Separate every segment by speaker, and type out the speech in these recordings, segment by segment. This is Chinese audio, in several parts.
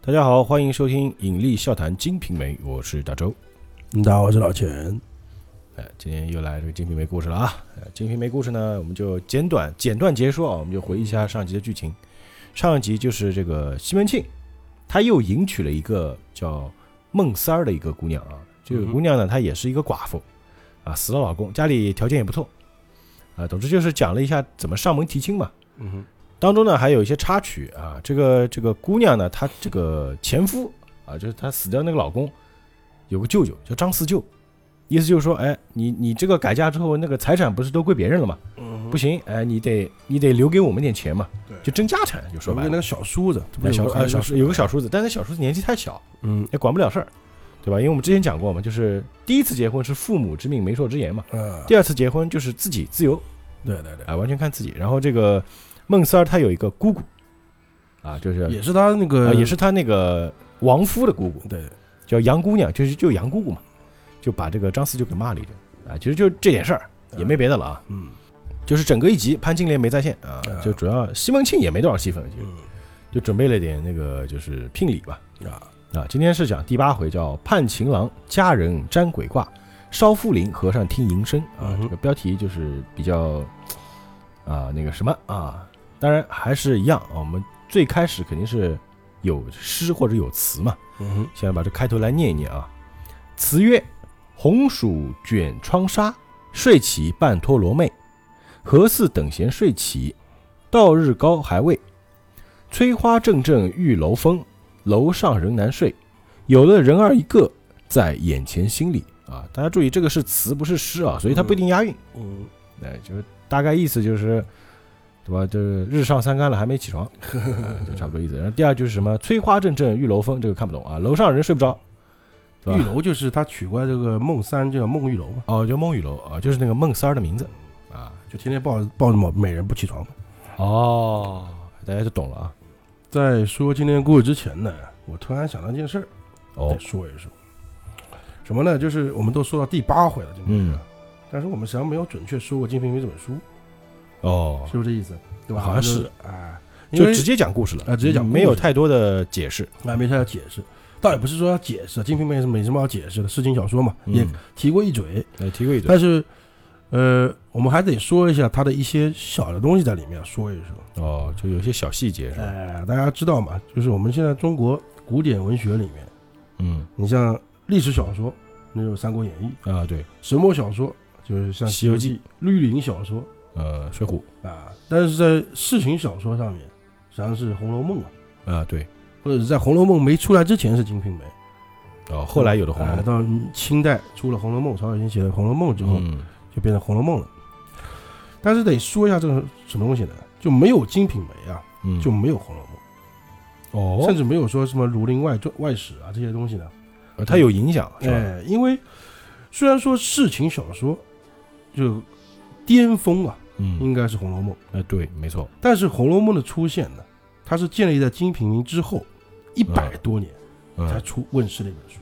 Speaker 1: 大家好，欢迎收听《引力笑谈金瓶梅》，我是大周。
Speaker 2: 嗯大家好，我是老钱。
Speaker 1: 哎，今天又来这个金瓶梅故事了啊！呃金瓶梅故事呢，我们就简短简短结束啊，我们就回忆一下上集的剧情。上一集就是这个西门庆，他又迎娶了一个叫孟三儿的一个姑娘啊。这个姑娘呢，她也是一个寡妇啊，死了老公，家里条件也不错啊。总之就是讲了一下怎么上门提亲嘛。
Speaker 2: 嗯哼，
Speaker 1: 当中呢还有一些插曲啊，这个这个姑娘呢，她这个前夫啊，就是她死掉那个老公，有个舅舅叫张四舅，意思就是说，哎，你你这个改嫁之后，那个财产不是都归别人了吗？
Speaker 2: 嗯
Speaker 1: 不行，哎，你得你得留给我们点钱嘛，
Speaker 2: 对
Speaker 1: 就争家产，就说
Speaker 2: 说
Speaker 1: 白
Speaker 2: 白
Speaker 1: 了
Speaker 2: 那。个小叔子，这不
Speaker 1: 哎
Speaker 2: 是
Speaker 1: 小
Speaker 2: 有
Speaker 1: 啊
Speaker 2: 个
Speaker 1: 小叔有个小叔子，但是小叔子年纪太小，
Speaker 2: 嗯
Speaker 1: 也管不了事儿，对吧？因为我们之前讲过嘛，就是第一次结婚是父母之命媒妁之言嘛，
Speaker 2: 啊，
Speaker 1: 第二次结婚就是自己自由，
Speaker 2: 对对对，
Speaker 1: 啊，完全看自己。然后这个孟三儿他有一个姑姑，啊，就是
Speaker 2: 也是呃他那
Speaker 1: 啊
Speaker 2: 个
Speaker 1: 也是他那个亡夫的姑姑，
Speaker 2: 对，
Speaker 1: 叫杨姑娘，就是就杨姑姑嘛，就把这个张四就给骂了一顿啊。其实就这点事儿，也没别的了啊。
Speaker 2: 嗯
Speaker 1: 就是整个一集潘金莲没在线啊，就主要西门庆也没多少戏份，就
Speaker 2: 嗯
Speaker 1: 就准备了点那个就是聘礼吧
Speaker 2: 啊，
Speaker 1: 啊。今天是讲第八回，叫盼情郎佳人占鬼卦，烧富林和尚听吟声啊
Speaker 2: 嗯。哼
Speaker 1: 这个标题就是比较啊那个什么啊，当然还是一样啊，我们最开始肯定是有诗或者有词嘛。
Speaker 2: 嗯哼，
Speaker 1: 现在把这开头来念一念啊。词曰：“红薯卷窗纱，睡起半脱罗袂。何似等闲睡起，到日高还未。催花阵阵玉楼风，楼上人难睡。有了人儿一个，在眼前心里啊。”大家注意，这个是词，不是诗啊，所以它不一定押韵。
Speaker 2: 嗯，
Speaker 1: 哎，就是大概意思就是，对吧？就是日上三竿了还没 起床，啊就差不多意思。然后第二就是什么“催花阵阵玉楼风”，这个看不懂啊，楼上人睡不着，对吧
Speaker 2: 玉楼就是他娶过来这个孟三叫孟玉楼嘛，
Speaker 1: 哦，叫孟玉楼啊，就是那个孟三儿的名字啊。
Speaker 2: 就天天抱抱着某美人不起床嘛。
Speaker 1: 哦，大家就懂了啊。
Speaker 2: 在说今天故事之前呢，我突然想到一件事儿，
Speaker 1: 哦
Speaker 2: 再，说一说，什么呢？就是我们都说到第八回了，今天
Speaker 1: 嗯
Speaker 2: 是，，但是我们实际上没有准确说过《金瓶梅》这本书，
Speaker 1: 哦，
Speaker 2: 是不是这意思？对吧？
Speaker 1: 好像是
Speaker 2: 啊，因
Speaker 1: 就
Speaker 2: 为
Speaker 1: 直接讲故事了嗯
Speaker 2: 啊直接讲故事
Speaker 1: 没有太多的解释。
Speaker 2: 啊，没太要解释，倒也不是说要解释，《啊金瓶梅》是没什么好解释的，诗情小说嘛，也
Speaker 1: 嗯
Speaker 2: 提过一嘴，
Speaker 1: 呃提过一嘴，
Speaker 2: 但是，呃，我们还得说一下它的一些小的东西在里面，啊说一说。
Speaker 1: 哦，就有一些小细节是吧？
Speaker 2: 哎，大家知道嘛，就是我们现在中国古典文学里面，
Speaker 1: 嗯
Speaker 2: 你像历史小说，那就是《三国演义》；
Speaker 1: 啊，对，
Speaker 2: 神魔小说，就是像《
Speaker 1: 西游记》
Speaker 2: 绿林小说
Speaker 1: 呃，水浒
Speaker 2: 啊，但是在世情小说上面，实际上是《红楼梦》啊，
Speaker 1: 啊，对，
Speaker 2: 或者是在《红楼梦》没出来之前是《金瓶梅》。
Speaker 1: 哦，后来有的红楼
Speaker 2: 啊
Speaker 1: 梦，
Speaker 2: 到清代出了《红楼梦》，曹雪芹写的《红楼梦》之后，
Speaker 1: 嗯，
Speaker 2: 就变成《红楼梦》了。但是得说一下这个什么东西呢？就没有《金瓶梅》啊，
Speaker 1: 嗯
Speaker 2: 就没有《红楼梦
Speaker 1: 哦》，
Speaker 2: 甚至没有说什么《儒林外传》《外史》啊这些东西呢。
Speaker 1: 呃它有影响是吧？
Speaker 2: 哎，因为虽然说世情小说就巅峰啊，
Speaker 1: 嗯，
Speaker 2: 应该是《红楼梦》，
Speaker 1: 呃，对，没错，
Speaker 2: 但是《红楼梦》的出现呢，它是建立在《金瓶梅》之后一百多年才
Speaker 1: 嗯，
Speaker 2: 出问世的一本书。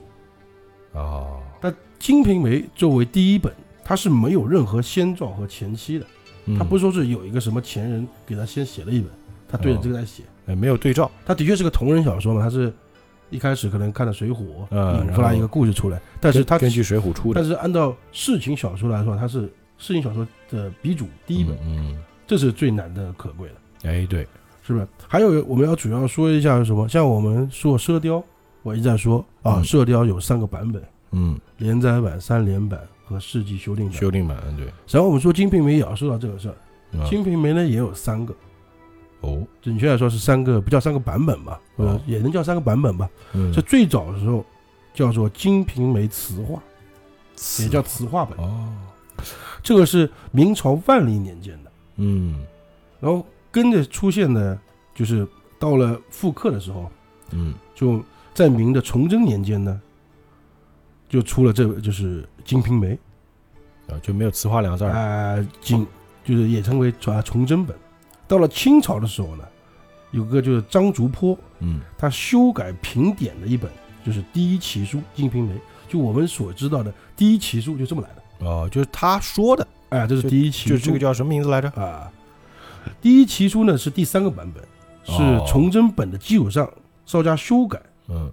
Speaker 1: 哦，
Speaker 2: 但《金瓶梅》作为第一本，它是没有任何先兆和前期的。
Speaker 1: 嗯
Speaker 2: 他不是说是有一个什么前人给他先写了一本，他对着这个来写。
Speaker 1: 哎没有对照，
Speaker 2: 他的确是个同人小说嘛，他是一开始可能看的《水浒》，
Speaker 1: 嗯
Speaker 2: 引出来一个故事出来，但是他
Speaker 1: 根据《水浒》出的
Speaker 2: 但是按照世情小说来说，他是世情小说的鼻祖第一本，
Speaker 1: 嗯，嗯
Speaker 2: 这是最难的可贵的，
Speaker 1: 哎，对，
Speaker 2: 是不是？还有我们要主要说一下什么，像我们说《射雕》，我一直在说啊，
Speaker 1: 嗯
Speaker 2: 射雕》有三个版本，
Speaker 1: 嗯，
Speaker 2: 连载版、三连版和世纪修订版。
Speaker 1: 修订版，嗯对，
Speaker 2: 然后我们说《金瓶梅》也要说到这个事儿，
Speaker 1: 嗯
Speaker 2: 《金瓶梅》呢也有三个。
Speaker 1: 哦，
Speaker 2: 准确来说是三个，不叫三个版本吧，
Speaker 1: 嗯
Speaker 2: 呃，也能叫三个版本吧。
Speaker 1: 嗯
Speaker 2: 这最早的时候叫做《金瓶梅词话》，也叫词话本，
Speaker 1: 哦，
Speaker 2: 这个是明朝万历年间的。
Speaker 1: 嗯
Speaker 2: 然后跟着出现的，就是到了复刻的时候，
Speaker 1: 嗯，
Speaker 2: 就在明的崇祯年间呢，就出了这就是《金瓶梅
Speaker 1: 啊就没有词话两个字》，儿，
Speaker 2: 啊、金就是也称为啊崇祯本。到了清朝的时候呢，有个就是张竹坡，
Speaker 1: 嗯
Speaker 2: 他修改评点的一本，就是第一奇书《金瓶梅》，就我们所知道的第一奇书就这么来的。
Speaker 1: 哦，就是他说的，
Speaker 2: 哎，这是第一奇
Speaker 1: 就
Speaker 2: 书，
Speaker 1: 是这个叫什么名字来着？
Speaker 2: 啊，第一奇书呢是第三个版本，是
Speaker 1: 哦
Speaker 2: 崇祯本的基础上稍加修改
Speaker 1: 嗯，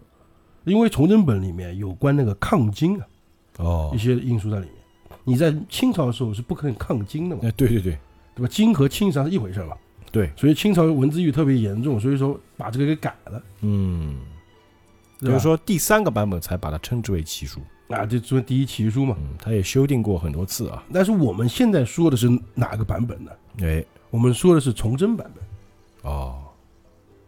Speaker 2: 因为崇祯本里面有关那个抗金啊
Speaker 1: 哦
Speaker 2: 一，些因素在里面。你在清朝的时候是不可以抗金的嘛，
Speaker 1: 哎，对对对
Speaker 2: 对吧？金和清实际上是一回事儿嘛，
Speaker 1: 对，
Speaker 2: 所以清朝文字狱特别严重，所以说把这个给改了，
Speaker 1: 嗯，
Speaker 2: 对
Speaker 1: 比
Speaker 2: 吧
Speaker 1: 如说第三个版本才把它称之为奇书，
Speaker 2: 啊，这作为第一奇书嘛。
Speaker 1: 嗯，它也修订过很多次啊，
Speaker 2: 但是我们现在说的是哪个版本呢？
Speaker 1: 哎，
Speaker 2: 我们说的是崇祯版本，
Speaker 1: 哦，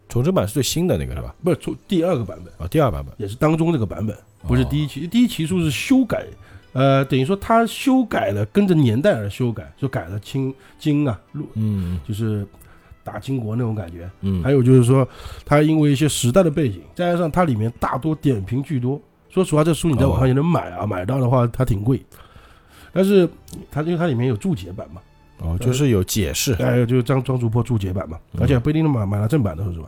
Speaker 1: 崇祯版是最新的那个是吧？
Speaker 2: 不是从第二个版本，
Speaker 1: 啊，第二版本
Speaker 2: 也是当中这个版本，不是第一期。第一期数是修改，呃，等于说他修改了，跟着年代而修改，就改了清金啊，路
Speaker 1: 嗯
Speaker 2: 就是打金国那种感觉。
Speaker 1: 嗯，
Speaker 2: 还有就是说，他因为一些时代的背景，再加上它里面大多点评居多。说实话，这书你在网上也能买啊，买到的话它挺贵，但是它因为它里面有注解版嘛，
Speaker 1: 哦，就是有解释，
Speaker 2: 还有就是张张主播注解版嘛，
Speaker 1: 嗯
Speaker 2: 而且不一定能买买到正版的，说实话。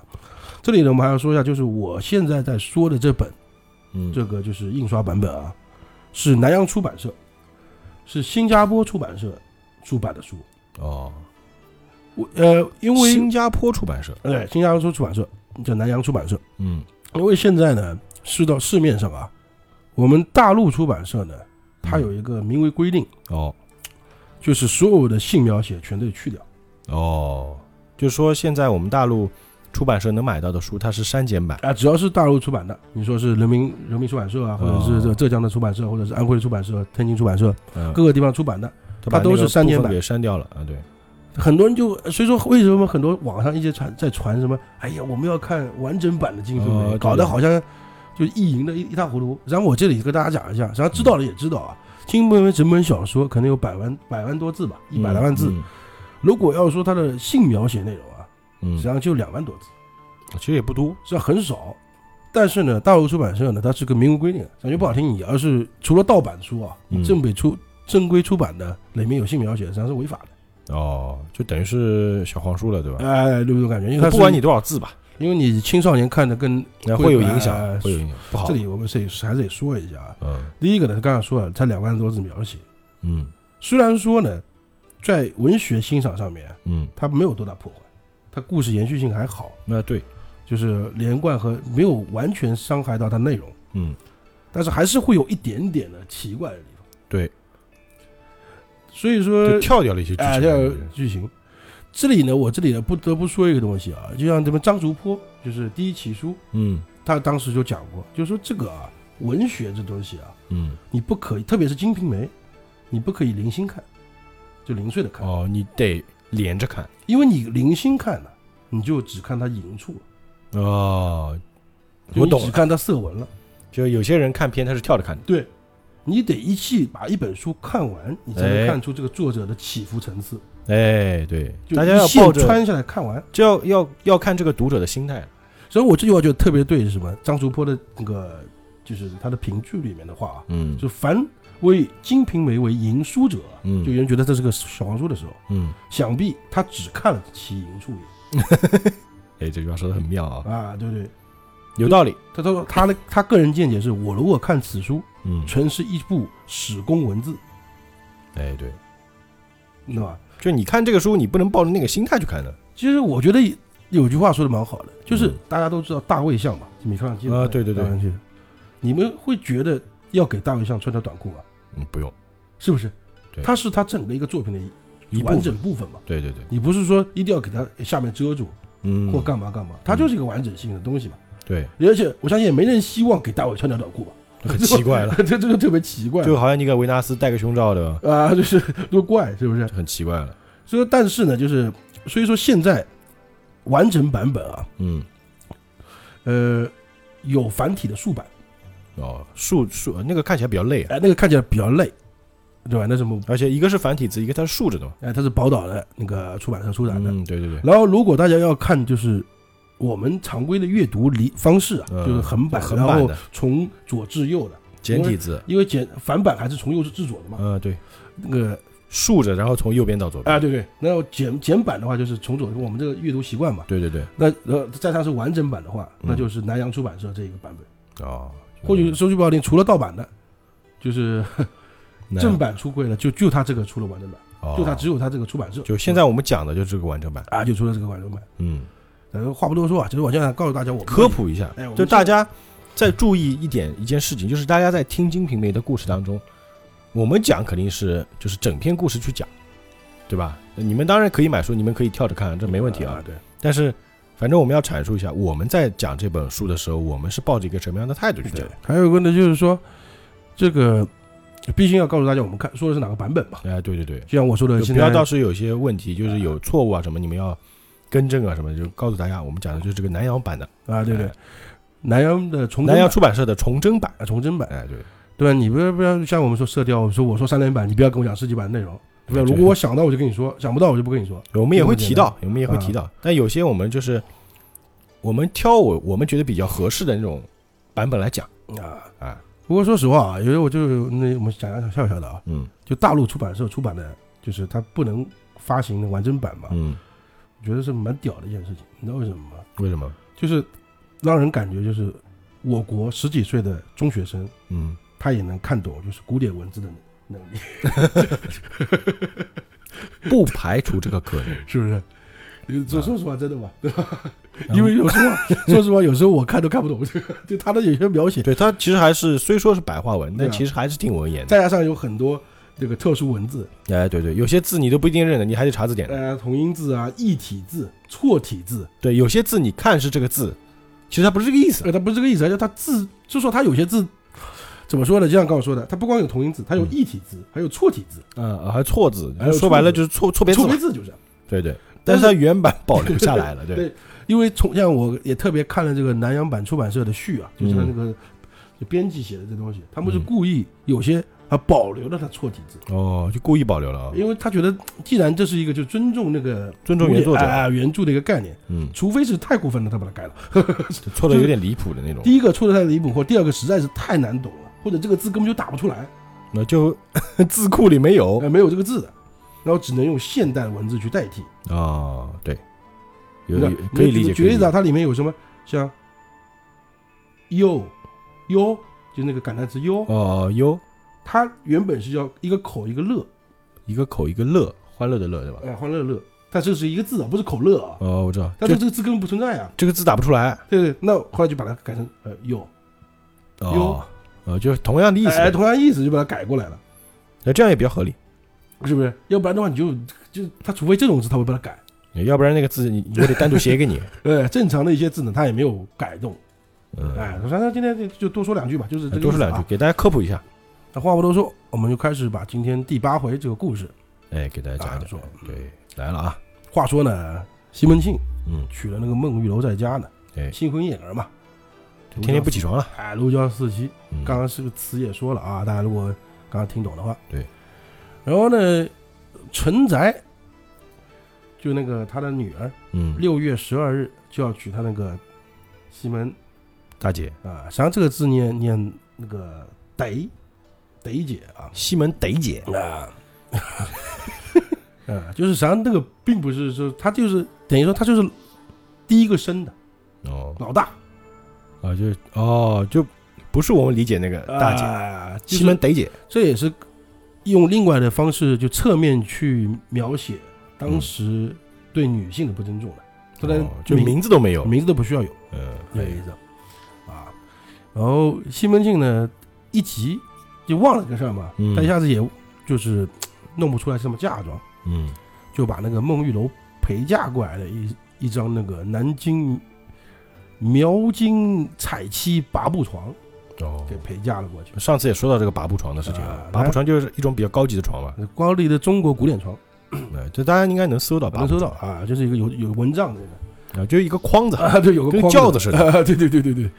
Speaker 2: 这里呢，我们还要说一下，就是我现在在说的这本，
Speaker 1: 嗯，
Speaker 2: 这个就是印刷版本啊，是南洋出版社，是新加坡出版社出版的书。
Speaker 1: 哦，
Speaker 2: 我呃，因为
Speaker 1: 新加坡出版社，
Speaker 2: 哎，新加坡出版社叫南洋出版社，
Speaker 1: 嗯，
Speaker 2: 因为现在呢，是到市面上啊，我们大陆出版社呢，它有一个明文规定，
Speaker 1: 哦
Speaker 2: 就是所有的性描写全都去掉。
Speaker 1: 哦，就是说现在我们大陆出版社能买到的书，它是删减版，
Speaker 2: 啊，只要是大陆出版的，你说是人民人民出版社啊，或者是这
Speaker 1: 哦
Speaker 2: 浙江的出版社，或者是安徽的出版社、天津出版社，
Speaker 1: 嗯，
Speaker 2: 各个地方出版的，
Speaker 1: 把
Speaker 2: 它都
Speaker 1: 那个
Speaker 2: 是删减
Speaker 1: 部分
Speaker 2: 版
Speaker 1: 给删掉了啊，对，
Speaker 2: 很多人就所以说为什么很多网上一直传在传什么，哎呀，我们要看完整版的《金瓶梅
Speaker 1: 哦》，
Speaker 2: 搞
Speaker 1: 对
Speaker 2: 得好像就意淫的一一塌糊涂。然后我这里跟大家讲一下，然后知道了也知道啊，《金瓶梅》整本小说可能有百万百万多字吧，一百来万字。
Speaker 1: 嗯，
Speaker 2: 如果要说它的性描写内容啊，
Speaker 1: 嗯，
Speaker 2: 实际上就两万多字，
Speaker 1: 嗯其实也不多，
Speaker 2: 实际上很少。但是呢，大陆出版社呢，它是个明文规定，讲句不好听，你要是除了盗版书啊，
Speaker 1: 嗯
Speaker 2: 你正版出正规出版的里面有性描写，实际上是违法的。
Speaker 1: 哦，就等于是小黄书了，对吧？
Speaker 2: 哎，对不对？感觉因为它
Speaker 1: 就不
Speaker 2: 是
Speaker 1: 管你，多少字吧，
Speaker 2: 因为你青少年看的跟
Speaker 1: 那
Speaker 2: 会
Speaker 1: 会有影响
Speaker 2: 呃，
Speaker 1: 会有影响，不好。
Speaker 2: 这里我们是也是还是得说一下啊。
Speaker 1: 嗯
Speaker 2: 第一个呢，刚才说了，才两万多字描写，
Speaker 1: 嗯
Speaker 2: 虽然说呢，在文学欣赏上面
Speaker 1: 嗯，
Speaker 2: 它没有多大破坏，它故事延续性还好，
Speaker 1: 那对，
Speaker 2: 就是连贯和没有完全伤害到它内容，
Speaker 1: 嗯
Speaker 2: 但是还是会有一点点的奇怪的地方。
Speaker 1: 对，
Speaker 2: 所以
Speaker 1: 就
Speaker 2: 说
Speaker 1: 跳掉了一些剧
Speaker 2: 哎，
Speaker 1: 情，啊
Speaker 2: 这剧情，这里呢，我这里呢不得不说一个东西啊，就像咱们张竹坡，就是第一起书，
Speaker 1: 嗯
Speaker 2: 他当时就讲过，就说这个啊，文学这东西啊，
Speaker 1: 嗯，
Speaker 2: 你不可以，特别是《金瓶梅》，你不可以零星看，就零碎的看，
Speaker 1: 哦，你得连着看
Speaker 2: 因为你零星看呢、你就只看它赢处了，
Speaker 1: 哦，
Speaker 2: 就
Speaker 1: 我
Speaker 2: 你
Speaker 1: 懂
Speaker 2: 只
Speaker 1: 了，
Speaker 2: 看它色文了。
Speaker 1: 就有些人看片他是跳着看的，
Speaker 2: 对，你得一气把一本书看完，你才能
Speaker 1: 哎
Speaker 2: 看出这个作者的起伏层次。
Speaker 1: 哎，对，
Speaker 2: 就
Speaker 1: 大家
Speaker 2: 一
Speaker 1: 要
Speaker 2: 线
Speaker 1: 抱着，
Speaker 2: 穿下来看完，
Speaker 1: 就要要要看这个读者的心态，
Speaker 2: 所以我这句话就特别对是什么？张竹坡的那个就是他的评剧里面的话啊，
Speaker 1: 嗯
Speaker 2: 就凡为《金瓶梅》为淫书者，
Speaker 1: 嗯
Speaker 2: 就有人觉得这是个小黄书的时候，
Speaker 1: 嗯，
Speaker 2: 想必他只看了其淫处也
Speaker 1: 哎，这句话说的很妙啊，
Speaker 2: 啊，对不对？
Speaker 1: 有道理，
Speaker 2: 他说他的他个人见解是我如果看此书，
Speaker 1: 嗯，
Speaker 2: 纯是一部史公文字，
Speaker 1: 哎，对，
Speaker 2: 你知道吧？
Speaker 1: 就你看这个书，你不能抱着那个心态去看的，
Speaker 2: 其实我觉得有句话说的蛮好的，就是
Speaker 1: 嗯
Speaker 2: 大家都知道大卫像嘛，米开朗基罗
Speaker 1: 啊对对对
Speaker 2: 大卫像你们会觉得要给大卫像穿条短裤吗？
Speaker 1: 嗯，不用，
Speaker 2: 是不是？
Speaker 1: 对
Speaker 2: 它是他整个一个作品的
Speaker 1: 一
Speaker 2: 一
Speaker 1: 部分
Speaker 2: 完整部分嘛。
Speaker 1: 对对对，
Speaker 2: 你不是说一定要给它下面遮住
Speaker 1: 嗯，
Speaker 2: 或干嘛干嘛，它就是一个完整性的东西嘛。
Speaker 1: 对，
Speaker 2: 而且我相信也没人希望给大卫穿条短裤吧，，
Speaker 1: 很奇怪了
Speaker 2: 这这个特别奇怪，
Speaker 1: 就好像你给维纳斯戴个胸罩对吧？
Speaker 2: 啊， 就是多怪，是不是？
Speaker 1: 很奇怪了，
Speaker 2: 所以说，但是呢，就是所以说现在完整版本啊，
Speaker 1: 嗯，
Speaker 2: 呃，有繁体的竖版，
Speaker 1: 哦，竖竖那个看起来比较累啊，
Speaker 2: 哎、那个看起来比较累，对吧？那什么，
Speaker 1: 而且一个是繁体字，一个它是竖着的嘛，
Speaker 2: 哎、它是宝岛的那个出版社出版的。
Speaker 1: 嗯，对对对，
Speaker 2: 然后，如果大家要看，就是我们常规的阅读理方式啊，
Speaker 1: 嗯
Speaker 2: 就是横版，
Speaker 1: 横
Speaker 2: 然
Speaker 1: 版
Speaker 2: 后
Speaker 1: 的
Speaker 2: 从左至右的，
Speaker 1: 简体字，
Speaker 2: 因为简繁版还是从右至左的嘛。
Speaker 1: 嗯，对，
Speaker 2: 那个
Speaker 1: 竖着，然后从右边到左边，
Speaker 2: 啊，对对，然后简简版的话就是从左，我们这个阅读习惯嘛。
Speaker 1: 对对对，
Speaker 2: 那呃，再上是完整版的话，
Speaker 1: 嗯
Speaker 2: 那就是南洋出版社这一个版本。
Speaker 1: 哦，
Speaker 2: 啊或许说句不好听，除了盗版的，就是
Speaker 1: 那
Speaker 2: 正版出柜了，就就他这个出了完整版，
Speaker 1: 哦
Speaker 2: 就他只有他这个出版社
Speaker 1: 就现在我们讲的就是这个完整版，
Speaker 2: 啊，就出了这个完整版。
Speaker 1: 嗯，
Speaker 2: 然后话不多说啊，其实我现在告诉大家，我们
Speaker 1: 科，普一下
Speaker 2: 哎我，们
Speaker 1: 就大家再注意一点一件事情，就是大家在听《金瓶梅》的故事当中，我们讲肯定是就是整篇故事去讲，对吧？你们当然可以买书，你们可以跳着看，这没问题啊。
Speaker 2: 对，
Speaker 1: 但是反正我们要阐述一下，我们在讲这本书的时候，我们是抱着一个什么样的态度去讲
Speaker 2: 对？，还有一个呢，就是说，这个毕竟要告诉大家我们看说的是哪个版本嘛。
Speaker 1: 哎，对对对，
Speaker 2: 就像我说的，
Speaker 1: 就
Speaker 2: 现
Speaker 1: 不
Speaker 2: 在
Speaker 1: 要到时候有些问题，就是有错误啊什么，你们要更正啊什么的，就告诉大家，我们讲的就是这个南洋版的，
Speaker 2: 啊，对对
Speaker 1: 哎，
Speaker 2: 南洋的重
Speaker 1: 南
Speaker 2: 真
Speaker 1: 洋
Speaker 2: 版
Speaker 1: 出版社的重征版。
Speaker 2: 啊，重真版，
Speaker 1: 哎，对，
Speaker 2: 对吧？你不要不要像我们说色调，我说我说三连版，你不要跟我讲四级版的内容，对吧？
Speaker 1: 对
Speaker 2: 如果我想到我就跟你说，想不到我就不跟你说。
Speaker 1: 我们也会提到，我们也会提到，但有些我们就是我们挑我我们觉得比较合适的那种版本来讲
Speaker 2: 啊。
Speaker 1: 啊，
Speaker 2: 不过说实话啊，有时候我就那我们讲讲笑笑的啊，
Speaker 1: 嗯
Speaker 2: 就大陆出版社出版的，就是它不能发行的完整版嘛，
Speaker 1: 嗯，
Speaker 2: 我觉得是蛮屌的一件事情。你知道为什么吗？
Speaker 1: 为什么？
Speaker 2: 就是让人感觉就是我国十几岁的中学生，
Speaker 1: 嗯，
Speaker 2: 他也能看懂就是古典文字的能力，
Speaker 1: 不排除这个可能，
Speaker 2: 是不是？你说
Speaker 1: 啊
Speaker 2: 说实话，真的吗？对吧？ 因为有时候，说实话，有时候我看都看不懂 这个，就他的有些描写，
Speaker 1: 对它其实还是虽说是白话文，
Speaker 2: 对
Speaker 1: 但
Speaker 2: 啊
Speaker 1: 其实还是挺文言的。
Speaker 2: 再加上有很多这个特殊文字，
Speaker 1: 哎，对对，有些字你都不一定认得，你还得查字典呢。
Speaker 2: 呃，同音字啊、异体字、错体字，
Speaker 1: 对，有些字你看是这个字，其实它不是这个意思。
Speaker 2: 呃，它不是这个意思，而且它字，就说它有些字怎么说呢？就像刚我说的，它不光有同音字，它有
Speaker 1: 嗯
Speaker 2: 异体字，还有错体字，
Speaker 1: 嗯，呃还有错字
Speaker 2: 还有，
Speaker 1: 说白了就是错错别字
Speaker 2: 错
Speaker 1: 嘛
Speaker 2: 别。字就是。
Speaker 1: 对对，但
Speaker 2: 但是
Speaker 1: 是它原版保留下来了。 对
Speaker 2: 对，因为从像我也特别看了这个南洋版出版社的序啊，就是他那个就编辑写的这东西，他们是
Speaker 1: 嗯
Speaker 2: 故意有些他保留了他错体字，
Speaker 1: 哦，就故意保留了啊。
Speaker 2: 因为他觉得既然这是一个就尊重那个
Speaker 1: 尊重原作者
Speaker 2: 啊原著的一个概念，
Speaker 1: 嗯，
Speaker 2: 除非是太过分了，他把它改了。
Speaker 1: 错的有点离谱的那种。
Speaker 2: 第一个错的太离谱，或第二个实在是太难懂了，或者这个字根本就打不出来，
Speaker 1: 那就字库里没有
Speaker 2: 呃，没有这个字的，然后只能用现代文字去代替。
Speaker 1: 哦，对，有
Speaker 2: 那
Speaker 1: 有可以理解。可
Speaker 2: 举
Speaker 1: 以
Speaker 2: 例
Speaker 1: 理
Speaker 2: 子啊，
Speaker 1: 解
Speaker 2: 它里面有什么像 “yo yo”，就那个感叹词 “yo”，
Speaker 1: 哦，哟，
Speaker 2: 它原本是叫一个口一个乐，
Speaker 1: 一个口一个乐，欢乐的乐对吧？
Speaker 2: 哎，欢乐乐，但这是一个字啊，不是口乐啊，
Speaker 1: 嗯哦，我知道，
Speaker 2: 但
Speaker 1: 就是
Speaker 2: 这个字根本不存在啊，
Speaker 1: 这个字打不出来。
Speaker 2: 对不对？那后来就把它改成呃有，
Speaker 1: 哦，呃，就是同样的意
Speaker 2: 哎，
Speaker 1: 思，
Speaker 2: 同样意思就把它改过来了，
Speaker 1: 那这样也比较合理。
Speaker 2: 是不是？要不然的话你就就它除非这种字它会把它改，
Speaker 1: 要不然那个字你我得单独写给你。
Speaker 2: 呃，正常的一些字呢它也没有改动，
Speaker 1: 嗯，哎
Speaker 2: 哎，反正今天就就多说两句吧，就是这个
Speaker 1: 多说
Speaker 2: 意思
Speaker 1: 两句
Speaker 2: 啊。，
Speaker 1: 给大家科普一下。
Speaker 2: 那话不多说，我们就开始把今天第八回这个故事
Speaker 1: 哎，给大家讲
Speaker 2: 啊
Speaker 1: 一
Speaker 2: 说
Speaker 1: 讲。。对，来了啊，
Speaker 2: 话说呢，西门庆
Speaker 1: 嗯，
Speaker 2: 娶了那个孟玉楼在家呢，
Speaker 1: 哎，
Speaker 2: 新婚燕尔嘛，
Speaker 1: 天天不起床了。
Speaker 2: 哎，如胶似漆。
Speaker 1: 嗯
Speaker 2: 刚刚是不是词也说了啊？大家如果刚刚听懂的话，
Speaker 1: 对。
Speaker 2: 然后呢，陈宅就那个他的女儿，
Speaker 1: 嗯，
Speaker 2: 六月十二日就要娶他那个西门
Speaker 1: 大姐，
Speaker 2: 啊，实际上这个字念念那个得得姐啊
Speaker 1: 西门得姐。
Speaker 2: 啊。 啊，就是实际上那个并不是说他就是等于说他就是第一个生的
Speaker 1: 哦，
Speaker 2: 老大
Speaker 1: 啊，就是哦，就不是我们理解那个
Speaker 2: 啊
Speaker 1: 大姐，
Speaker 2: 姐
Speaker 1: 西门得姐。
Speaker 2: 这也是用另外的方式，就侧面去描写当时对女性的不尊重了。他连
Speaker 1: 哦就名字都没有。
Speaker 2: 名字都不需要有，
Speaker 1: 嗯，
Speaker 2: 有意思啊。然后西门庆呢，一急就忘了这个事儿嘛，
Speaker 1: 嗯
Speaker 2: 他一下子也就是嘖弄不出来什么嫁妆，
Speaker 1: 嗯，
Speaker 2: 就把那个孟玉楼陪嫁过来的一一张那个南京苗金彩漆八步床
Speaker 1: 哦
Speaker 2: 给陪嫁了过去，
Speaker 1: 上次也说到这个拔步床的事情
Speaker 2: 啊
Speaker 1: 啊，拔步床就是一种比较高级的床嘛，
Speaker 2: 高丽的中国古典床。
Speaker 1: 嗯，这大家应该能搜到拔
Speaker 2: 能
Speaker 1: 步
Speaker 2: 收
Speaker 1: 床，
Speaker 2: 到啊，就是一个有有蚊帐的那
Speaker 1: 啊，就一个筐子
Speaker 2: 个，啊，对，有个
Speaker 1: 跟
Speaker 2: 框
Speaker 1: 轿子似的，
Speaker 2: 啊，对对对对对，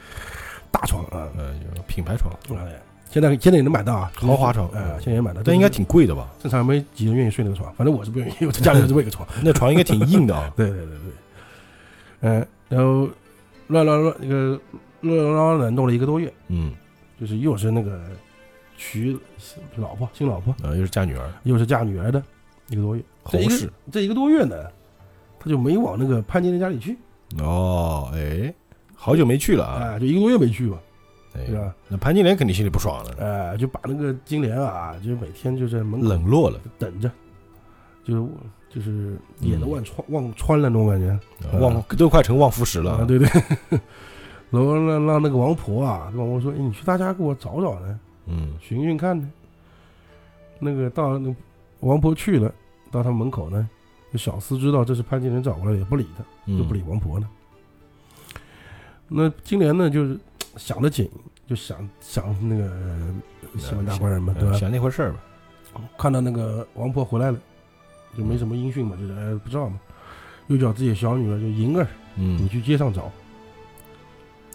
Speaker 2: 大床啊，
Speaker 1: 嗯，有品牌床，
Speaker 2: 哎，现在现在也能买到啊，
Speaker 1: 豪华床嗯
Speaker 2: 啊，现在也买到，
Speaker 1: 但应该挺贵的吧？
Speaker 2: 正常，没几个人愿意睡那个床，反正我是不愿意，我在家里就这么一 个床，
Speaker 1: 那床应该挺硬的
Speaker 2: ，
Speaker 1: 啊
Speaker 2: 对对对对，嗯，然后乱乱乱那个乱乱乱的弄了一个多月，
Speaker 1: 嗯，
Speaker 2: 就是又是那个娶老婆新老婆，
Speaker 1: 啊，又是嫁女儿，
Speaker 2: 又是嫁女儿的一个多月，这
Speaker 1: 侯
Speaker 2: 一
Speaker 1: 氏
Speaker 2: 个，这一个多月呢，他就没往那个潘金莲家里去
Speaker 1: 哦，哎，好久没去了啊，
Speaker 2: 啊，就一啊个多月没去嘛，
Speaker 1: 哎
Speaker 2: 对，吧？
Speaker 1: 那潘金莲肯定心里不爽了，
Speaker 2: 呃，就把那个金莲啊，就每天就在门口
Speaker 1: 冷落了，
Speaker 2: 等着，就是就是
Speaker 1: 嗯
Speaker 2: 眼都望穿望穿了那种感觉
Speaker 1: 啊望都快成望夫石了
Speaker 2: 啊，
Speaker 1: 啊，
Speaker 2: 对对， 然后让让那个王婆啊，跟王婆说：“哎，你去他家给我找找呢，
Speaker 1: 嗯
Speaker 2: 寻寻看呢。”那个到那王婆去了，到他门口呢，这小厮知道这是潘金莲找过来，也不理他。
Speaker 1: 嗯，
Speaker 2: 就不理王婆了。那金莲呢，就是想得紧，就想想那个呃西门大官人嘛，
Speaker 1: 嗯
Speaker 2: 对吧？
Speaker 1: 想那回事儿吧，
Speaker 2: 看到那个王婆回来了，就没什么音讯嘛，就是哎不知道嘛，又叫自己的小女儿就银儿，你
Speaker 1: 嗯，
Speaker 2: 去街上找。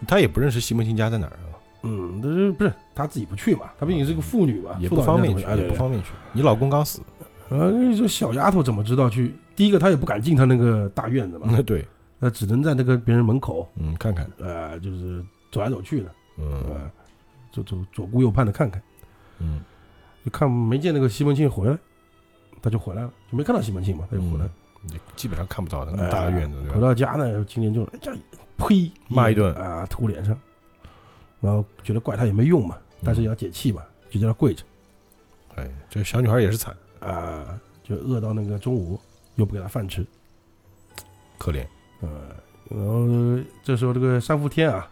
Speaker 1: 他也不认识西门庆家在哪儿啊，
Speaker 2: 嗯，但是不是她自己不去嘛？她毕竟是个妇女嘛，
Speaker 1: 也
Speaker 2: 妇
Speaker 1: 不
Speaker 2: 道
Speaker 1: 方
Speaker 2: 家
Speaker 1: 便
Speaker 2: 怎
Speaker 1: 去，
Speaker 2: 么哎
Speaker 1: 也不
Speaker 2: 对
Speaker 1: 方便去。你老公刚死，
Speaker 2: 啊，这小丫头怎么知道去？第一个，她也不敢进她那个大院子嘛，
Speaker 1: 嗯， 对，
Speaker 2: 那只能在那个别人门口，
Speaker 1: 嗯，看看，
Speaker 2: 呃，就是走来走去的，
Speaker 1: 嗯
Speaker 2: 呃，左左左顾右盼的看看。
Speaker 1: 嗯，
Speaker 2: 就看没见那个西门庆回来，他就回来了，就没看到西门庆嘛，他就回来。
Speaker 1: 你基本上看不到的，那么大个
Speaker 2: 哎
Speaker 1: 院子，对
Speaker 2: 回
Speaker 1: 吧？嗯
Speaker 2: 到家呢，今天就哎这呸
Speaker 1: 骂一顿
Speaker 2: 啊，吐脸上，然后觉得怪他也没用嘛，但是也要解气嘛，就在那跪着
Speaker 1: 哎，这小女孩也是惨，
Speaker 2: 啊，就饿到那个中午又不给他饭吃，
Speaker 1: 可怜，
Speaker 2: 呃，然后这时候这个三伏天啊，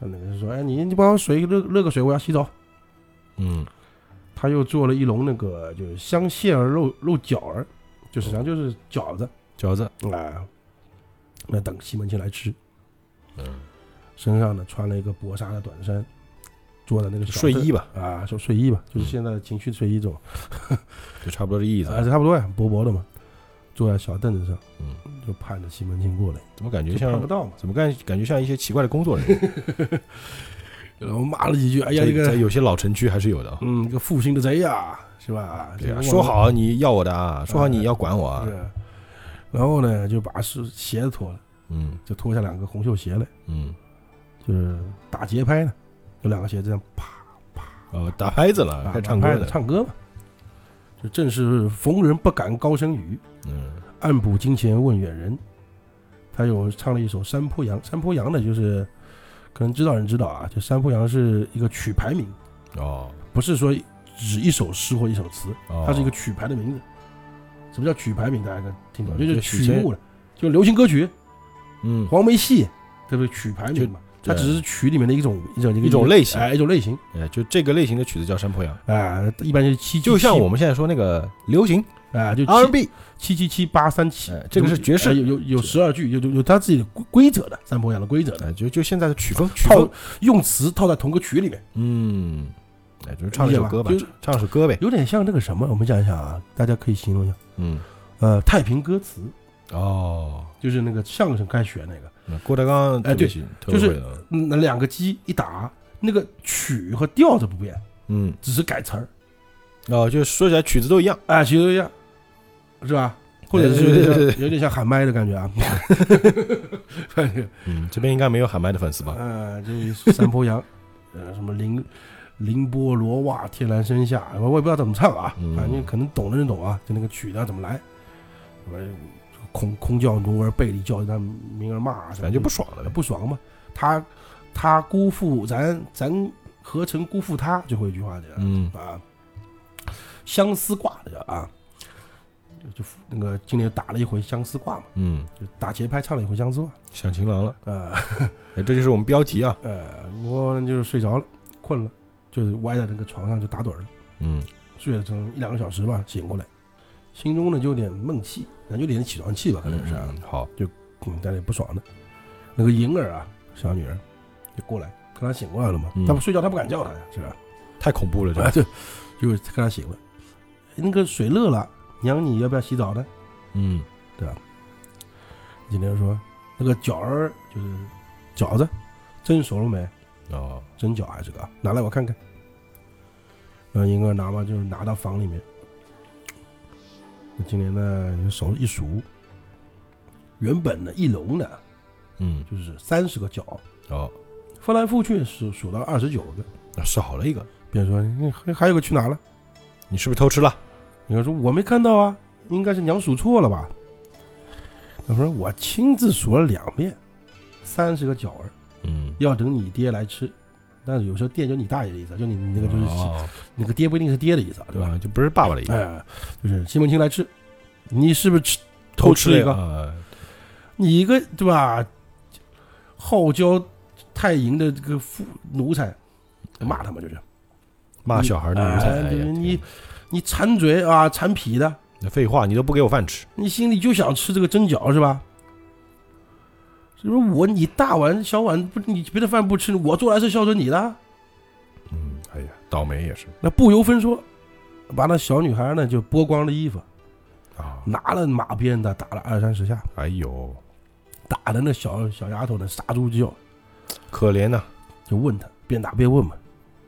Speaker 2: 他那个就说，哎，你你帮我水热热个水，我要洗澡。
Speaker 1: 嗯
Speaker 2: 他又做了一笼那个就是香蟹儿肉肉饺儿，就是实际上就是饺子。
Speaker 1: 饺子，
Speaker 2: 啊，那等西门庆来吃，
Speaker 1: 嗯，
Speaker 2: 身上呢穿了一个薄纱的短衫，做的那个小
Speaker 1: 睡衣
Speaker 2: 吧，
Speaker 1: 吧，
Speaker 2: 啊，说睡衣吧，就
Speaker 1: 嗯
Speaker 2: 是现在的情趣睡衣这种，
Speaker 1: 就差不多这意思。
Speaker 2: 啊，差不多呀，薄薄的嘛，坐在小凳子上，
Speaker 1: 嗯，
Speaker 2: 就盼着西门庆过来，
Speaker 1: 怎么感觉
Speaker 2: 就盼不
Speaker 1: 像？
Speaker 2: 到嘛，
Speaker 1: 怎么感感觉像一些奇怪的工作人员？
Speaker 2: 然后骂了几句，哎呀，
Speaker 1: 在
Speaker 2: 这
Speaker 1: 在
Speaker 2: 个，
Speaker 1: 有些老城区还是有的啊。
Speaker 2: 嗯，这个负心的贼呀，是吧？
Speaker 1: 对啊呀，
Speaker 2: 这个哎
Speaker 1: 说
Speaker 2: 忘
Speaker 1: 好你要我的啊，说好你要管我啊
Speaker 2: 了，。是然后呢，就把是鞋子脱了，
Speaker 1: 嗯
Speaker 2: 就脱下两个红袖鞋来，
Speaker 1: 嗯，
Speaker 2: 就是打节拍呢，有两个鞋子这样啪
Speaker 1: 哦，打拍子了，
Speaker 2: 啊
Speaker 1: 开始唱歌
Speaker 2: 拍子
Speaker 1: 了。
Speaker 2: 唱歌嘛。就正是逢人不敢高声语，
Speaker 1: 嗯
Speaker 2: 暗补金钱问远人。他有唱了一首《山坡羊》，《山坡羊》呢，就是可能知道人知道啊，就《山坡羊》是一个曲牌名，
Speaker 1: 哦，
Speaker 2: 不是说指一首诗或一首词，
Speaker 1: 哦
Speaker 2: 它是一个曲牌的名字。什么叫曲牌名？大家可能听懂，
Speaker 1: 嗯
Speaker 2: 就是
Speaker 1: 就曲
Speaker 2: 曲目了，就流行歌曲、
Speaker 1: 嗯
Speaker 2: 黄梅戏，这不是曲牌名嘛？
Speaker 1: 就
Speaker 2: 它只是曲里面的一种一种
Speaker 1: 一种类型
Speaker 2: 哎，一种类型
Speaker 1: 哎，就这个类型的曲子叫《山坡羊
Speaker 2: 啊，一般就是七》，，
Speaker 1: 就像我们现在说那个流行
Speaker 2: 啊，就七
Speaker 1: R&B，
Speaker 2: 七七七八三七
Speaker 1: 哎，这个是爵士
Speaker 2: 哎有有有十二句，有有有他自己的规规则的，三婆养的规则的，
Speaker 1: 哎，就就现在的曲风，曲
Speaker 2: 套
Speaker 1: 风，
Speaker 2: 用词套在同个曲里面，
Speaker 1: 嗯，哎，就是唱一首歌吧
Speaker 2: 理解吧，
Speaker 1: 唱首歌呗，
Speaker 2: 有点像那个什么，我们讲一下啊，大家可以形容一下，
Speaker 1: 嗯，
Speaker 2: 呃，太平歌词，
Speaker 1: 哦，
Speaker 2: 就是那个相声开学那个，
Speaker 1: 那郭德纲
Speaker 2: 哎对
Speaker 1: 特别喜，
Speaker 2: 就
Speaker 1: 特
Speaker 2: 是
Speaker 1: 别会的
Speaker 2: 嗯那两个鸡一打，那个曲和调子不变，
Speaker 1: 嗯，
Speaker 2: 只是改词儿，
Speaker 1: 哦，就是说起来曲子都一样，
Speaker 2: 哎，其实一样，是吧？或者
Speaker 1: 对
Speaker 2: 是有
Speaker 1: 哎对
Speaker 2: 点
Speaker 1: 对对
Speaker 2: 像有点像喊麦的感觉啊，
Speaker 1: 嗯，这边应该没有喊麦的粉丝吧？
Speaker 2: 呃，这 三坡羊，呃，什么凌凌波罗袜天蓝山下，我我也不知道怎么唱啊，
Speaker 1: 嗯
Speaker 2: 反正可能懂的人懂啊，就那个曲子怎么来，什么空空叫奴儿背里叫他名儿骂啊，
Speaker 1: 反正就不爽了呗，
Speaker 2: 不爽嘛。他他辜负咱，咱何曾辜负他？最后一句话这样、
Speaker 1: 嗯
Speaker 2: 啊，相思挂这叫啊，就就那个今年打了一回相思挂嘛，
Speaker 1: 嗯，
Speaker 2: 就打节拍唱了一回相思挂，
Speaker 1: 想情郎了，
Speaker 2: 呃。
Speaker 1: 哎，这就是我们标题啊，
Speaker 2: 呃，我就是睡着了，困了，就是歪在那个床上就打盹儿了，
Speaker 1: 嗯
Speaker 2: 睡了整一两个小时吧，醒过来，心中呢就有点闷气，那有点起床气吧，可能是、啊
Speaker 1: 嗯，，好，
Speaker 2: 嗯，但是也不爽的。那个银儿啊，小女儿就过来，看她醒过来了嘛，
Speaker 1: 嗯
Speaker 2: 她不睡觉，她不敢叫她呀，是吧？
Speaker 1: 太恐怖了，这
Speaker 2: 啊，
Speaker 1: 个，
Speaker 2: 就就是看她醒了，哎那个水热了，娘你要不要洗澡呢？
Speaker 1: 嗯
Speaker 2: 今天说那个饺儿就是饺子蒸熟了没？
Speaker 1: 哦，
Speaker 2: 蒸饺还是个啊，拿来我看看。然后英儿拿嘛，就是拿到房里面。那今年呢，手一数，原本呢一笼呢
Speaker 1: 嗯
Speaker 2: 就是三十个角，
Speaker 1: 哦，
Speaker 2: 翻来覆去数数到二十九个。
Speaker 1: 那少了一个，
Speaker 2: 别人说嗯还还有个去哪了？
Speaker 1: 你是不是偷吃了？
Speaker 2: 英儿说我没看到啊，应该是娘数错了吧？他说我亲自数了两遍，三十个角儿
Speaker 1: 嗯，
Speaker 2: 要等你爹来吃。但是有时候爹就你大爷的意思啊，就你你那个就是、
Speaker 1: 哦
Speaker 2: 那个爹不一定是爹的意思啊，对
Speaker 1: 对
Speaker 2: 吧？
Speaker 1: 吧？就不是爸爸的意思，
Speaker 2: 哎，就是西门庆来吃，你是不是吃
Speaker 1: 哎
Speaker 2: 偷吃一个？
Speaker 1: 个，
Speaker 2: 你一个对吧？傲娇太营的这个妇奴才，骂他们就是
Speaker 1: 骂小孩的奴才，
Speaker 2: 哎
Speaker 1: 哎
Speaker 2: 就是
Speaker 1: 呀，
Speaker 2: 你你馋嘴啊，馋皮的，
Speaker 1: 那废话，你都不给我饭吃，
Speaker 2: 你心里就想吃这个蒸饺是吧？是不是我你大碗小碗不你别的饭不吃，我做来是孝顺你的。
Speaker 1: 嗯，哎呀，倒霉也是
Speaker 2: 那不由分说，把那小女孩呢就剥光了衣服，
Speaker 1: 啊，
Speaker 2: 拿了马鞭的打了二三十下，
Speaker 1: 哎呦，
Speaker 2: 打的那小小丫头呢杀猪叫，
Speaker 1: 可怜呐、
Speaker 2: 就问她边打边问嘛，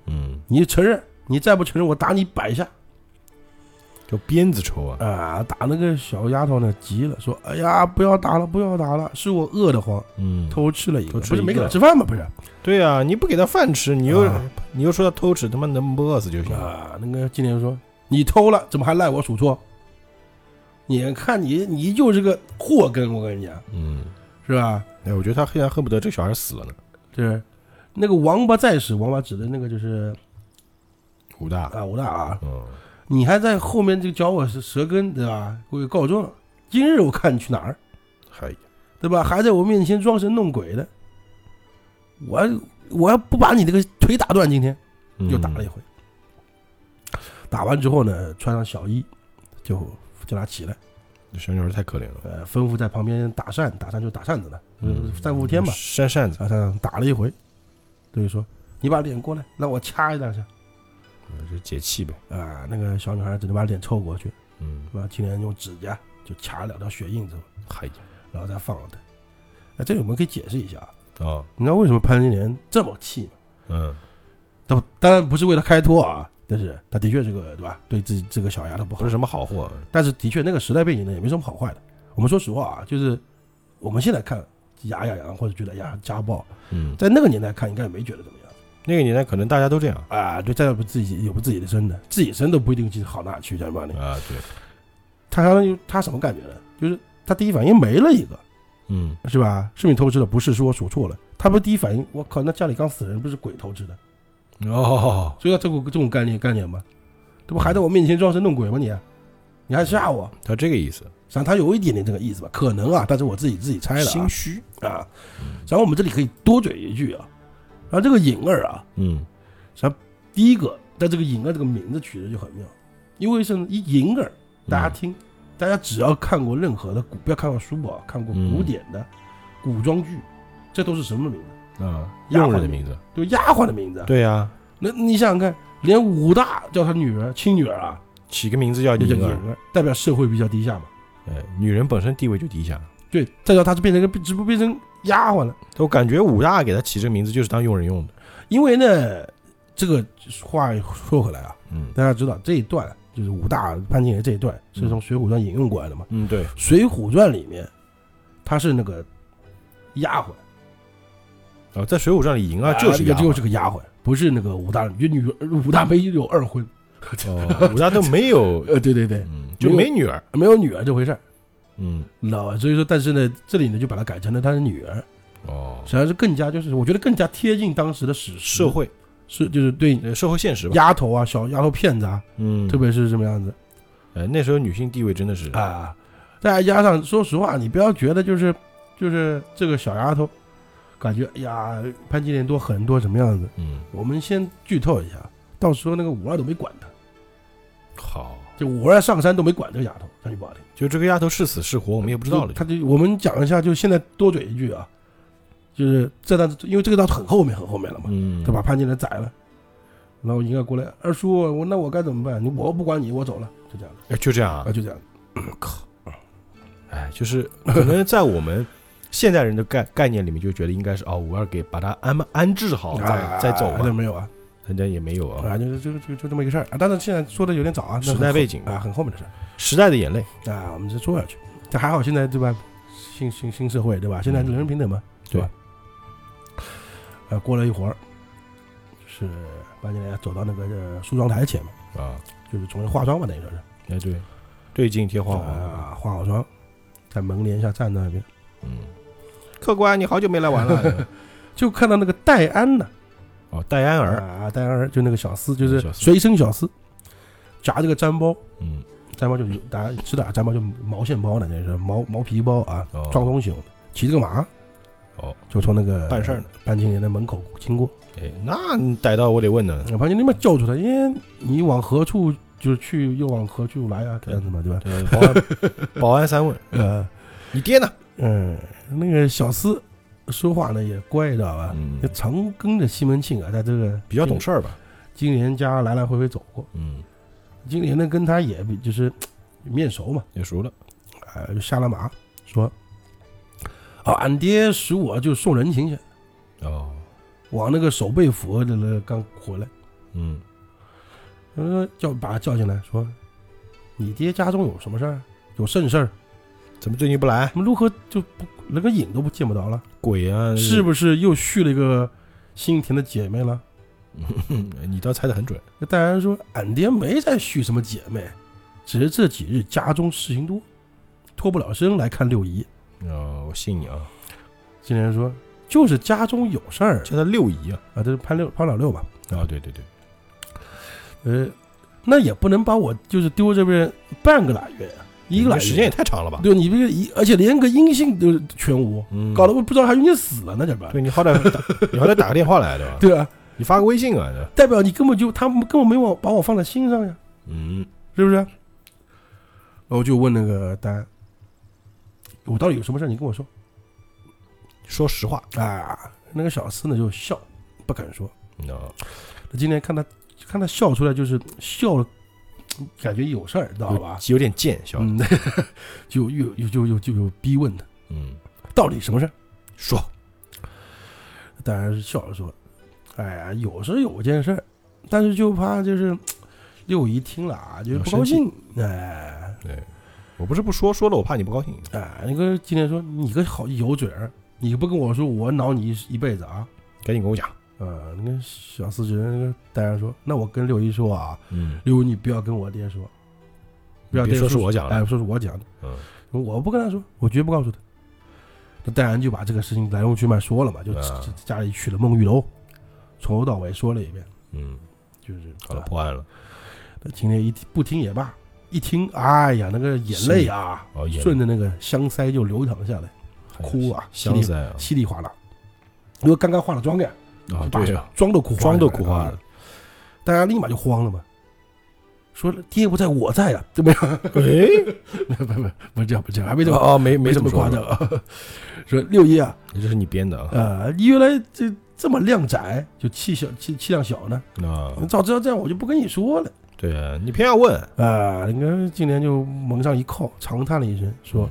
Speaker 1: 嗯，
Speaker 2: 你承认？你再不承认，我打你百下
Speaker 1: 就鞭子抽啊，
Speaker 2: 啊！打那个小丫头呢急了，说：“哎呀，不要打了，不要打了，是我饿得慌，
Speaker 1: 嗯，
Speaker 2: 偷吃了一个，
Speaker 1: 偷吃
Speaker 2: 不是
Speaker 1: 一
Speaker 2: 没给
Speaker 1: 个
Speaker 2: 她吃饭吗？不是，
Speaker 1: 对啊，你不给他饭吃，你又、
Speaker 2: 啊
Speaker 1: 你又说他偷吃，他妈能不饿死就行了。
Speaker 2: 啊，那个经理就说：“你偷了，怎么还赖我数错？你看你，你就是个祸根，我跟你讲，
Speaker 1: 嗯，
Speaker 2: 是吧？
Speaker 1: 哎，我觉得他现在恨不得这小孩死了呢。
Speaker 2: 就是那个王八在世，王八指的那个就是
Speaker 1: 武大，
Speaker 2: 啊，武大啊，
Speaker 1: 嗯，
Speaker 2: 你还在后面就嚼我舌舌根，对吧？给我告状，今日我看你去哪儿，
Speaker 1: 嗨，
Speaker 2: 对吧？还在我面前装神弄鬼的，我我要不把你这个腿打断，今天又打了一
Speaker 1: 嗯
Speaker 2: 回。打完之后呢，穿上小衣，就叫他起来。”
Speaker 1: 这小女孩太可怜了，
Speaker 2: 呃，吩咐在旁边打扇，打扇就打扇子呢，
Speaker 1: 嗯
Speaker 2: 就是三伏天嘛，
Speaker 1: 扇扇子，
Speaker 2: 打扇打了一回，对说：“你把脸过来，让我掐一两下。
Speaker 1: 嗯就解气呗。”
Speaker 2: 啊，那个小女孩只能把脸凑过去，
Speaker 1: 嗯，哎
Speaker 2: 是吧？青年用指甲就掐了两条血印子，
Speaker 1: 嗨呀，
Speaker 2: 然后再放了她。哎，这个我们可以解释一下啊，
Speaker 1: 啊，
Speaker 2: 你知道为什么潘金莲这么气吗？
Speaker 1: 嗯，
Speaker 2: 当当然不是为了开脱啊，但是她的确是个对吧？对自己这个小丫头不好
Speaker 1: 不是，什么好货，啊
Speaker 2: 但是的确那个时代背景呢也没什么好坏的。我们说实话啊，就是我们现在看牙痒痒或者觉得哎呀家暴，
Speaker 1: 嗯，
Speaker 2: 在那个年代看，应该也没觉得怎么样
Speaker 1: 那个年代可能大家都这样
Speaker 2: 啊。对，再有不自己有不自己的身的，自己身都不一定记得好哪去，叫什么的。
Speaker 1: 啊，对，
Speaker 2: 他相当于他什么感觉呢？就是他第一反应没了一个，
Speaker 1: 嗯，
Speaker 2: 是吧？是你偷吃的，不是，是我数错了。他不是第一反应，我靠，那家里刚死人，不是鬼偷吃的，
Speaker 1: 哦，
Speaker 2: 所以他这个这种概念概念吗？这不还在我面前装神弄鬼吗你？啊你还吓我？
Speaker 1: 他这个意思，
Speaker 2: 实际上他有一点点这个意思吧，可能啊，但是我自己自己猜的
Speaker 1: 心虚，
Speaker 2: 啊啊。然后我们这里可以多嘴一句啊，然后这个颖儿啊，
Speaker 1: 嗯，
Speaker 2: 第一个，但这个银儿这个名字取的就很妙，因为是一银儿，
Speaker 1: 嗯
Speaker 2: 大家听，大家只要看过任何的古，不要看过书啊，看过古典的、
Speaker 1: 嗯
Speaker 2: 古装剧，这都是什么名字？
Speaker 1: 啊，
Speaker 2: 丫鬟
Speaker 1: 佣人的名字，
Speaker 2: 就丫鬟的名字。，啊
Speaker 1: 对啊呀，
Speaker 2: 那你想想看，连武大叫她女儿亲女儿啊，
Speaker 1: 起个名字叫
Speaker 2: 就叫
Speaker 1: 宁
Speaker 2: 银
Speaker 1: 儿，
Speaker 2: 儿，代表社会比较低下嘛。
Speaker 1: 哎，女人本身地位就低下，
Speaker 2: 对，再叫她就变成个，只不过变成丫鬟了，
Speaker 1: 我感觉武大给他起这个名字就是当佣人用的，
Speaker 2: 因为呢，这个话说回来啊，
Speaker 1: 嗯
Speaker 2: 大家知道这一段就是武大潘金莲这一段是从《水浒传》引用过来的嘛。
Speaker 1: 嗯，对，
Speaker 2: 《水浒传》里面，她是那个丫鬟
Speaker 1: 啊，在《水浒传》里，银儿就是
Speaker 2: 也
Speaker 1: 丫
Speaker 2: 就
Speaker 1: 鬟
Speaker 2: 是个丫鬟，不是那个武大，就女武大没有二婚。
Speaker 1: 哦，武大都没有，
Speaker 2: 呃，对对对，
Speaker 1: 嗯，就没女儿，
Speaker 2: 没有女儿这回事儿，
Speaker 1: 嗯，
Speaker 2: 你知道吧？所以说，但是呢，这里呢就把它改成了她的女儿，
Speaker 1: 哦，
Speaker 2: 实际上是更加就是我觉得更加贴近当时的史实
Speaker 1: 社会
Speaker 2: 是就是对
Speaker 1: 呃社会现实吧，
Speaker 2: 丫头啊、小丫头片子啊，
Speaker 1: 嗯，
Speaker 2: 特别是什么样子
Speaker 1: 呃，那时候女性地位真的是，
Speaker 2: 啊，再加上说实话，你不要觉得就是就是这个小丫头，感觉哎呀潘金莲多狠多什么样子。
Speaker 1: 嗯，
Speaker 2: 我们先剧透一下，到时候那个五二都没管他，
Speaker 1: 好，
Speaker 2: 就五二上山都没管这个丫头，那就不好听。
Speaker 1: 就这个丫头是死是活，我们也不知道了，
Speaker 2: 他就我们讲一下，就现在多嘴一句啊，就是这段，因为这个到很后面很后面了嘛，
Speaker 1: 嗯，
Speaker 2: 他把？潘金莲宰了，然后一个过来，二叔，我那我该怎么办？你我不管你，我走了，就这样
Speaker 1: 哎，就这样啊
Speaker 2: 啊，，就这样。
Speaker 1: 哎，就是可能在我们现代人的概概念里面，就觉得应该是哦，五二给把他安安置好，再
Speaker 2: 啊
Speaker 1: 哦再走
Speaker 2: 那
Speaker 1: 嘛，
Speaker 2: 没有啊，
Speaker 1: 人家也没有啊，
Speaker 2: 啊，就是就就就这么一个事儿啊。但是现在说的有点早啊，那
Speaker 1: 时代背景
Speaker 2: 啊，很后面的事儿。
Speaker 1: 时代的眼泪，
Speaker 2: 啊，我们再说下去。这还好，现在对吧？新新新社会对吧？现
Speaker 1: 嗯
Speaker 2: 在人人平等嘛，对吧？呃，过了一会儿，就是潘金莲走到那个呃梳妆台前面，
Speaker 1: 啊，
Speaker 2: 就是重新化妆吧，等于说是
Speaker 1: 哎对，对镜贴花黄，
Speaker 2: 啊，化好妆，在门帘下站在那边，
Speaker 1: 嗯，客官，你好久没来玩了，
Speaker 2: 就看到那个戴安呢，
Speaker 1: 哦，戴安儿，
Speaker 2: 啊，戴安儿就那个小厮，就
Speaker 1: 嗯
Speaker 2: 是
Speaker 1: 小厮
Speaker 2: 随身小厮，夹着个毡包，
Speaker 1: 嗯，
Speaker 2: 毡包就是大家知道啊，毡包就毛线包呢，就是毛毛皮包啊
Speaker 1: 哦，
Speaker 2: 装东西用的，骑着个马，
Speaker 1: 哦，
Speaker 2: 就就从那个
Speaker 1: 办事儿呢
Speaker 2: 潘金莲的门口经过。
Speaker 1: 哎，那你逮到我得问呢。
Speaker 2: 那潘金莲把叫住他，因为你往何处就是去，又往何处来啊，这样子嘛，对吧？
Speaker 1: 对呃保 安保安三问
Speaker 2: 呃，
Speaker 1: 你爹呢？
Speaker 2: 嗯，那个小厮说话呢也怪，知道吧？
Speaker 1: 嗯
Speaker 2: 就，常跟着西门庆啊，在这个
Speaker 1: 比较懂事儿吧？
Speaker 2: 金莲家来来回回走过。
Speaker 1: 嗯，
Speaker 2: 金莲呢跟他也比就是面熟嘛，
Speaker 1: 也熟了。
Speaker 2: 呃，就下了马说：“啊，俺爹使我就送人情去，
Speaker 1: 哦，
Speaker 2: 往那个守备府的那刚回来，
Speaker 1: 嗯
Speaker 2: 呃，叫把他叫进来说，你爹家中有什么事儿？有甚事儿？
Speaker 1: 怎么最近不来？
Speaker 2: 怎么如何就不连个影都不见不着了？
Speaker 1: 鬼啊！
Speaker 2: 是不是又续了一个新田的姐妹了？”
Speaker 1: 嗯你倒猜的很准。
Speaker 2: 那戴安说：“俺爹没再续什么姐妹，只是这几日家中事情多，脱不了身来看六姨。
Speaker 1: 哦，我信你啊，”
Speaker 2: 金莲说：“就是家中有事儿
Speaker 1: 叫他六姨啊。
Speaker 2: 啊，这是潘六潘老六吧？
Speaker 1: 啊，对对对，
Speaker 2: 呃，那也不能把我就是丢这边半个来月呀，一个来
Speaker 1: 你这
Speaker 2: 月
Speaker 1: 时间也太长了吧？
Speaker 2: 对你这个一，而且连个音信都全无，
Speaker 1: 嗯，
Speaker 2: 搞得我不知道他已经死了，那怎么办？
Speaker 1: 对你好歹打你好歹打个电话 来对吧？
Speaker 2: 对啊，
Speaker 1: 你发个微信啊，这
Speaker 2: 代表你根本就他们根本没往把我放在心上呀，
Speaker 1: 嗯
Speaker 2: 是不是？然后就问那个丹，我到底有什么事儿你跟我说
Speaker 1: 说实话，
Speaker 2: 啊？那个小厮呢就笑，不敢说。
Speaker 1: 那
Speaker 2: 那今天看他看他笑出来，就是笑了，感觉有事儿，知道吧？
Speaker 1: 有点贱，小子
Speaker 2: 嗯， 就又又就又就又逼问他
Speaker 1: 嗯，
Speaker 2: 到底什么事儿。
Speaker 1: 说
Speaker 2: 当然是笑着说：“哎呀，有是有件事儿，但是就怕就是六姨听了啊，就是不高兴。哎
Speaker 1: 对，我不是不说，说了我怕你不高兴。
Speaker 2: 哎，那个今天说你个好油嘴儿，你不跟我说，我挠你一一辈子啊！
Speaker 1: 赶紧跟我讲，
Speaker 2: 呃，那个小四侄那个当然说，那我跟六姨说啊，
Speaker 1: 嗯，
Speaker 2: 六姨你不要跟我爹说，不要
Speaker 1: 别
Speaker 2: 爹
Speaker 1: 说是我讲
Speaker 2: 哎，
Speaker 1: 的，
Speaker 2: 说是我讲的，
Speaker 1: 嗯，
Speaker 2: 我不跟他说，我绝不告诉他。”那当然就把这个事情来龙去脉说了嘛，就
Speaker 1: 啊
Speaker 2: 家里去了孟玉楼，从头到尾说了一遍，
Speaker 1: 嗯，
Speaker 2: 就是
Speaker 1: 好了，破案了，
Speaker 2: 那今天一听不听也罢，一听，哎呀，那个眼泪啊，
Speaker 1: 哦，眼
Speaker 2: 顺着那个香腮就流淌下来，哭啊，稀
Speaker 1: 香
Speaker 2: 里
Speaker 1: 腮啊，
Speaker 2: 稀里哗啦。因为刚刚化了妆的，
Speaker 1: 啊，
Speaker 2: 把
Speaker 1: 对啊，
Speaker 2: 妆都哭花
Speaker 1: 妆
Speaker 2: 了，
Speaker 1: 都哭花了，
Speaker 2: 大家立马就慌了嘛，说爹不在，我在啊 呀、对不对？
Speaker 1: 哎，
Speaker 2: 不不不，不是这样，不是这样，还没这么、
Speaker 1: 哦，没没
Speaker 2: 没
Speaker 1: 这
Speaker 2: 这么
Speaker 1: 么
Speaker 2: 夸
Speaker 1: 说
Speaker 2: 张。 啊。说六一啊，
Speaker 1: 这是你编的啊，
Speaker 2: 呃，你原来这这么量窄，就气小气气量小呢，
Speaker 1: 那
Speaker 2: 早知道这样我就不跟你说了。
Speaker 1: 对啊，你偏要问，
Speaker 2: 啊，那个金莲就蒙上一靠，长叹了一声，说：“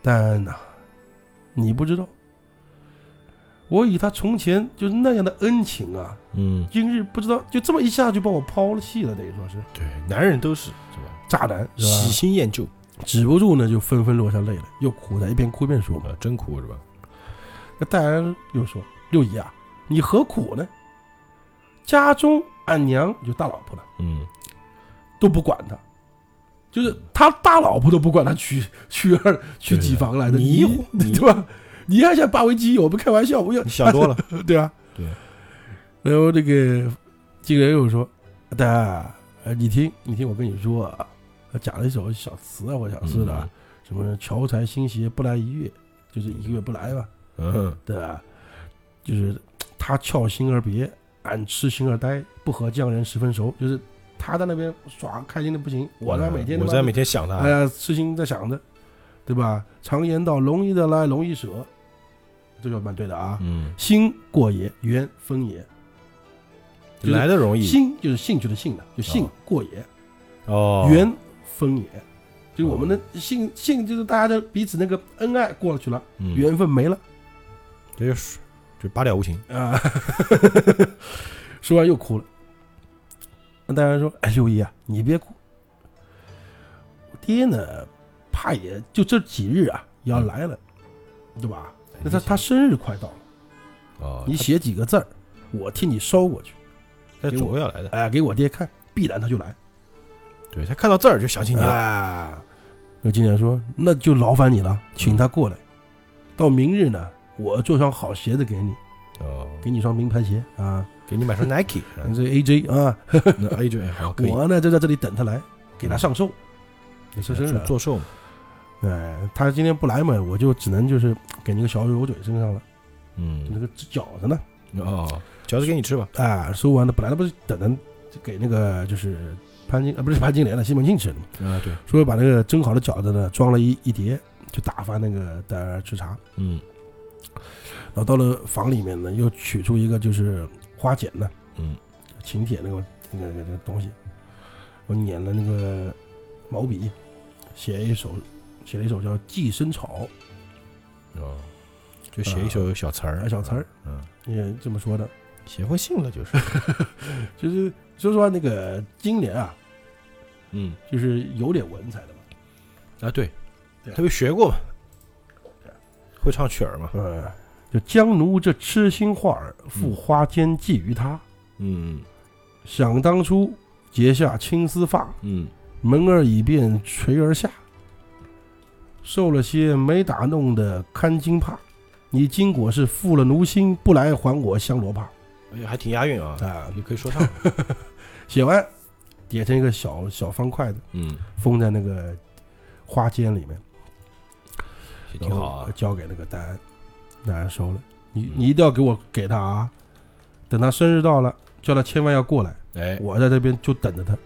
Speaker 2: 但呐、你不知道，我与他从前就是那样的恩情啊，
Speaker 1: 嗯，
Speaker 2: 今日不知道就这么一下就把我抛弃了，等于说是
Speaker 1: 对，男人都是是吧，
Speaker 2: 渣男，是
Speaker 1: 喜
Speaker 2: 吧？
Speaker 1: 新厌旧
Speaker 2: 止不住呢，就纷纷落下泪来，又哭的，一边哭一边说嘛。
Speaker 1: 啊，真哭是吧？
Speaker 2: 那戴安又说：‘六姨啊，你何苦呢？家中俺娘就大老婆了，
Speaker 1: 嗯，
Speaker 2: 都不管他。’就是他大老婆都不管他娶娶儿娶
Speaker 1: 对
Speaker 2: 几房来的，
Speaker 1: 你你
Speaker 2: 对吧？你还想霸为己有？不开玩笑，我要
Speaker 1: 你想多了，
Speaker 2: 对啊，
Speaker 1: 对。
Speaker 2: 然后这个金莲又说：“大家，呃你听，你听，我跟你说啊，他讲了一首小词啊，我想是的
Speaker 1: 嗯
Speaker 2: 啊，什么乔才新鞋不来一月，就是一个月不来嘛，
Speaker 1: 嗯，
Speaker 2: 对吧？就是他翘心而别，俺痴心而呆，不和匠人十分熟，就是他在那边耍开心的不行，我在每天
Speaker 1: 嗯我
Speaker 2: 他妈
Speaker 1: 在每天想
Speaker 2: 哎
Speaker 1: 他，
Speaker 2: 呀，痴心在想着，对吧？常言道，容易的来，容易舍，这就蛮对的啊。
Speaker 1: 嗯，
Speaker 2: 心过也，缘分也。就是
Speaker 1: 来的容易
Speaker 2: 心就是兴趣的兴的，就兴
Speaker 1: 哦
Speaker 2: 过也，
Speaker 1: 哦，
Speaker 2: 缘分也。就是我们的兴兴，就是大家的彼此那个恩爱过去了，
Speaker 1: 嗯
Speaker 2: 缘分没了
Speaker 1: 这就是就八两无情，
Speaker 2: 啊。 说完又哭了。那大家说：“哎，六一啊，你别哭。我爹呢，怕也就这几日啊，也要来了，
Speaker 1: 嗯
Speaker 2: 对吧？那他他生日快到了，
Speaker 1: 哎哦，
Speaker 2: 你写几个字儿，我替你捎过去，
Speaker 1: 他
Speaker 2: 给
Speaker 1: 总
Speaker 2: 我
Speaker 1: 归要来的，
Speaker 2: 哎，给我爹看，必然他就来。
Speaker 1: 对他看到字儿就想起你了，
Speaker 2: 啊，那金莲说，那就劳烦你了，请他过来。到明日呢，我做双好鞋子给你，
Speaker 1: 哦，
Speaker 2: 给你双名牌鞋啊，
Speaker 1: 给你买双 Nike，嗯
Speaker 2: 你这 AJ 啊，
Speaker 1: 那 A 就哎好可以，嗯
Speaker 2: 我呢就在这里等他来，给他上寿。你说真是
Speaker 1: 做做寿嘛，
Speaker 2: 哎，他今天不来嘛，我就只能就是给你个小油嘴身上了。
Speaker 1: 嗯，
Speaker 2: 那个饺子呢，
Speaker 1: 哦，饺子给你吃吧。
Speaker 2: 啊，收完了，本来他不是等着给那个就是潘金啊，不是潘金莲了，西门庆吃的嘛，
Speaker 1: 啊，对，
Speaker 2: 说把那个蒸好的饺子呢装了一一碟，就打发那个戴儿吃茶。
Speaker 1: 嗯
Speaker 2: 然后到了房里面呢，又取出一个就是花简呢，
Speaker 1: 嗯，
Speaker 2: 请帖那个那个那个那个东西，我捻了那个毛笔，写一首写了一首叫《寄生草》
Speaker 1: 哦，就写一首小词儿，
Speaker 2: 啊小词儿，
Speaker 1: 嗯，
Speaker 2: 也这么说的，
Speaker 1: 写封信了 就是，
Speaker 2: 就是说实话，那个金莲啊，
Speaker 1: 嗯
Speaker 2: 就是有点文采的嘛，
Speaker 1: 啊，对，
Speaker 2: 对
Speaker 1: 他不学过嘛，会唱曲儿嘛，
Speaker 2: 嗯，就江奴这痴心画儿，赴花间寄于他。
Speaker 1: 嗯
Speaker 2: 想当初结下青丝发，
Speaker 1: 嗯
Speaker 2: 门儿已变垂而下。受了些没打弄的看惊怕，你今果是负了奴心，不来还我香罗帕
Speaker 1: 嗯，哎呀还挺押韵啊，
Speaker 2: 啊！
Speaker 1: 你可以说唱，
Speaker 2: 写完，叠成一个小小方块的，
Speaker 1: 嗯，
Speaker 2: 封在那个花间里面，
Speaker 1: 也挺好啊，
Speaker 2: 交给那个戴安，戴安收了。你
Speaker 1: 嗯
Speaker 2: 你一定要给我给他啊！等他生日到了，叫他千万要过来，
Speaker 1: 哎，
Speaker 2: 我在这边就等着他。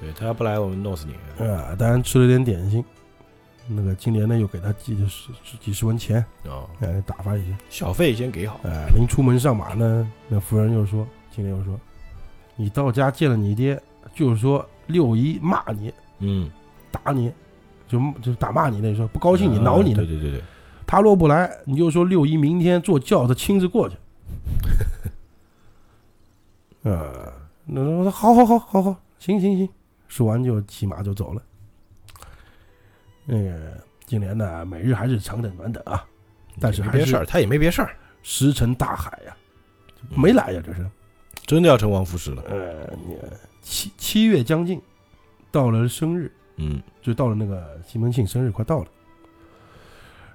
Speaker 1: 对他要不来我们弄死你，
Speaker 2: 啊，当然吃了点点心。那个金莲呢，又给他寄了十十几十文钱，
Speaker 1: 哦，
Speaker 2: 哎，打发一下。
Speaker 1: 小费先给好，
Speaker 2: 哎，临出门上马呢，那夫人又说，金莲又说，你到家见了你爹，就是说六姨骂你、
Speaker 1: 嗯，
Speaker 2: 打你，就就打骂你那说不高兴你、挠你
Speaker 1: 对
Speaker 2: 呢。
Speaker 1: 对对对，
Speaker 2: 他若不来，你就说六姨明天坐轿子亲自过去。呃，那那那好好好好好，行行行，说完就骑马就走了。那个金莲呢，每日还是长等短等啊，但是
Speaker 1: 没
Speaker 2: 还
Speaker 1: 别
Speaker 2: 是
Speaker 1: 事儿，他也没别事儿，
Speaker 2: 石沉大海呀、没来呀、这是。
Speaker 1: 真的要成王夫士了，
Speaker 2: 呃，你七七月将近，到了生日，
Speaker 1: 嗯
Speaker 2: 就到了那个西门庆生日快到了，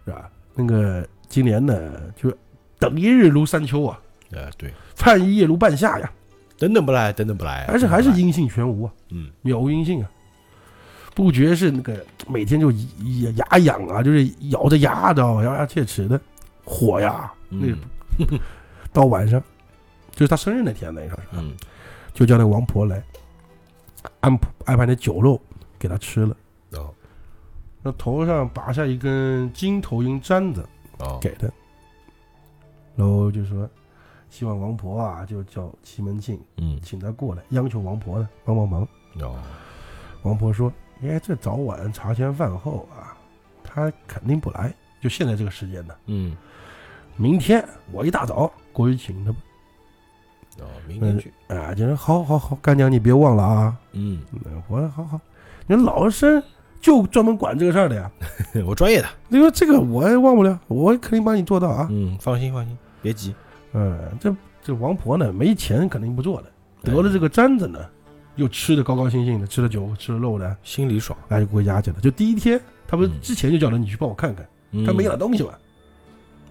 Speaker 2: 是吧？那个金莲呢，就等一日如三秋啊，
Speaker 1: 啊对，
Speaker 2: 盼一夜如半夏呀，
Speaker 1: 等等不来，等等不来，
Speaker 2: 还
Speaker 1: 等
Speaker 2: 是
Speaker 1: 等不
Speaker 2: 还是
Speaker 1: 来
Speaker 2: 音信全无啊，
Speaker 1: 嗯
Speaker 2: 渺无音信啊。不觉是那个每天就牙牙痒啊，就是咬着牙，知道吧？咬牙切齿的，火呀！那个
Speaker 1: 嗯
Speaker 2: 到晚上，就是他生日那天，等于说是，
Speaker 1: 嗯
Speaker 2: 就叫那王婆来，安安排那酒肉给他吃了，
Speaker 1: 哦
Speaker 2: 那头上拔下一根金头银簪子，
Speaker 1: 哦
Speaker 2: 给的，然后就说希望王婆啊，就叫西门庆
Speaker 1: 嗯
Speaker 2: 请他过来，央求王婆呢帮帮忙。
Speaker 1: 哦
Speaker 2: 王婆说：“哎，这早晚茶前饭后啊，他肯定不来，就现在这个时间呢。
Speaker 1: 嗯
Speaker 2: 明天我一大早过去请他吧。
Speaker 1: 哦，明天去，”
Speaker 2: 啊，就说好好好，干娘你别忘了啊。
Speaker 1: 嗯，
Speaker 2: 嗯，我说好好，你说老生就专门管这个事儿 的呀。
Speaker 1: 我专业的，
Speaker 2: 你说这个我也忘不了，我肯定帮你做到啊。
Speaker 1: 嗯，放心放心，别急，
Speaker 2: 嗯，这这王婆呢，没钱肯定不做的，
Speaker 1: 哎
Speaker 2: 得了这个簪子呢，又吃的高高兴兴的，吃了酒，吃了肉的，
Speaker 1: 心里爽，
Speaker 2: 哎，就回家去了。就第一天，他不是
Speaker 1: 嗯
Speaker 2: 之前就叫人你去帮我看看，他
Speaker 1: 他
Speaker 2: 没拿，东西嘛，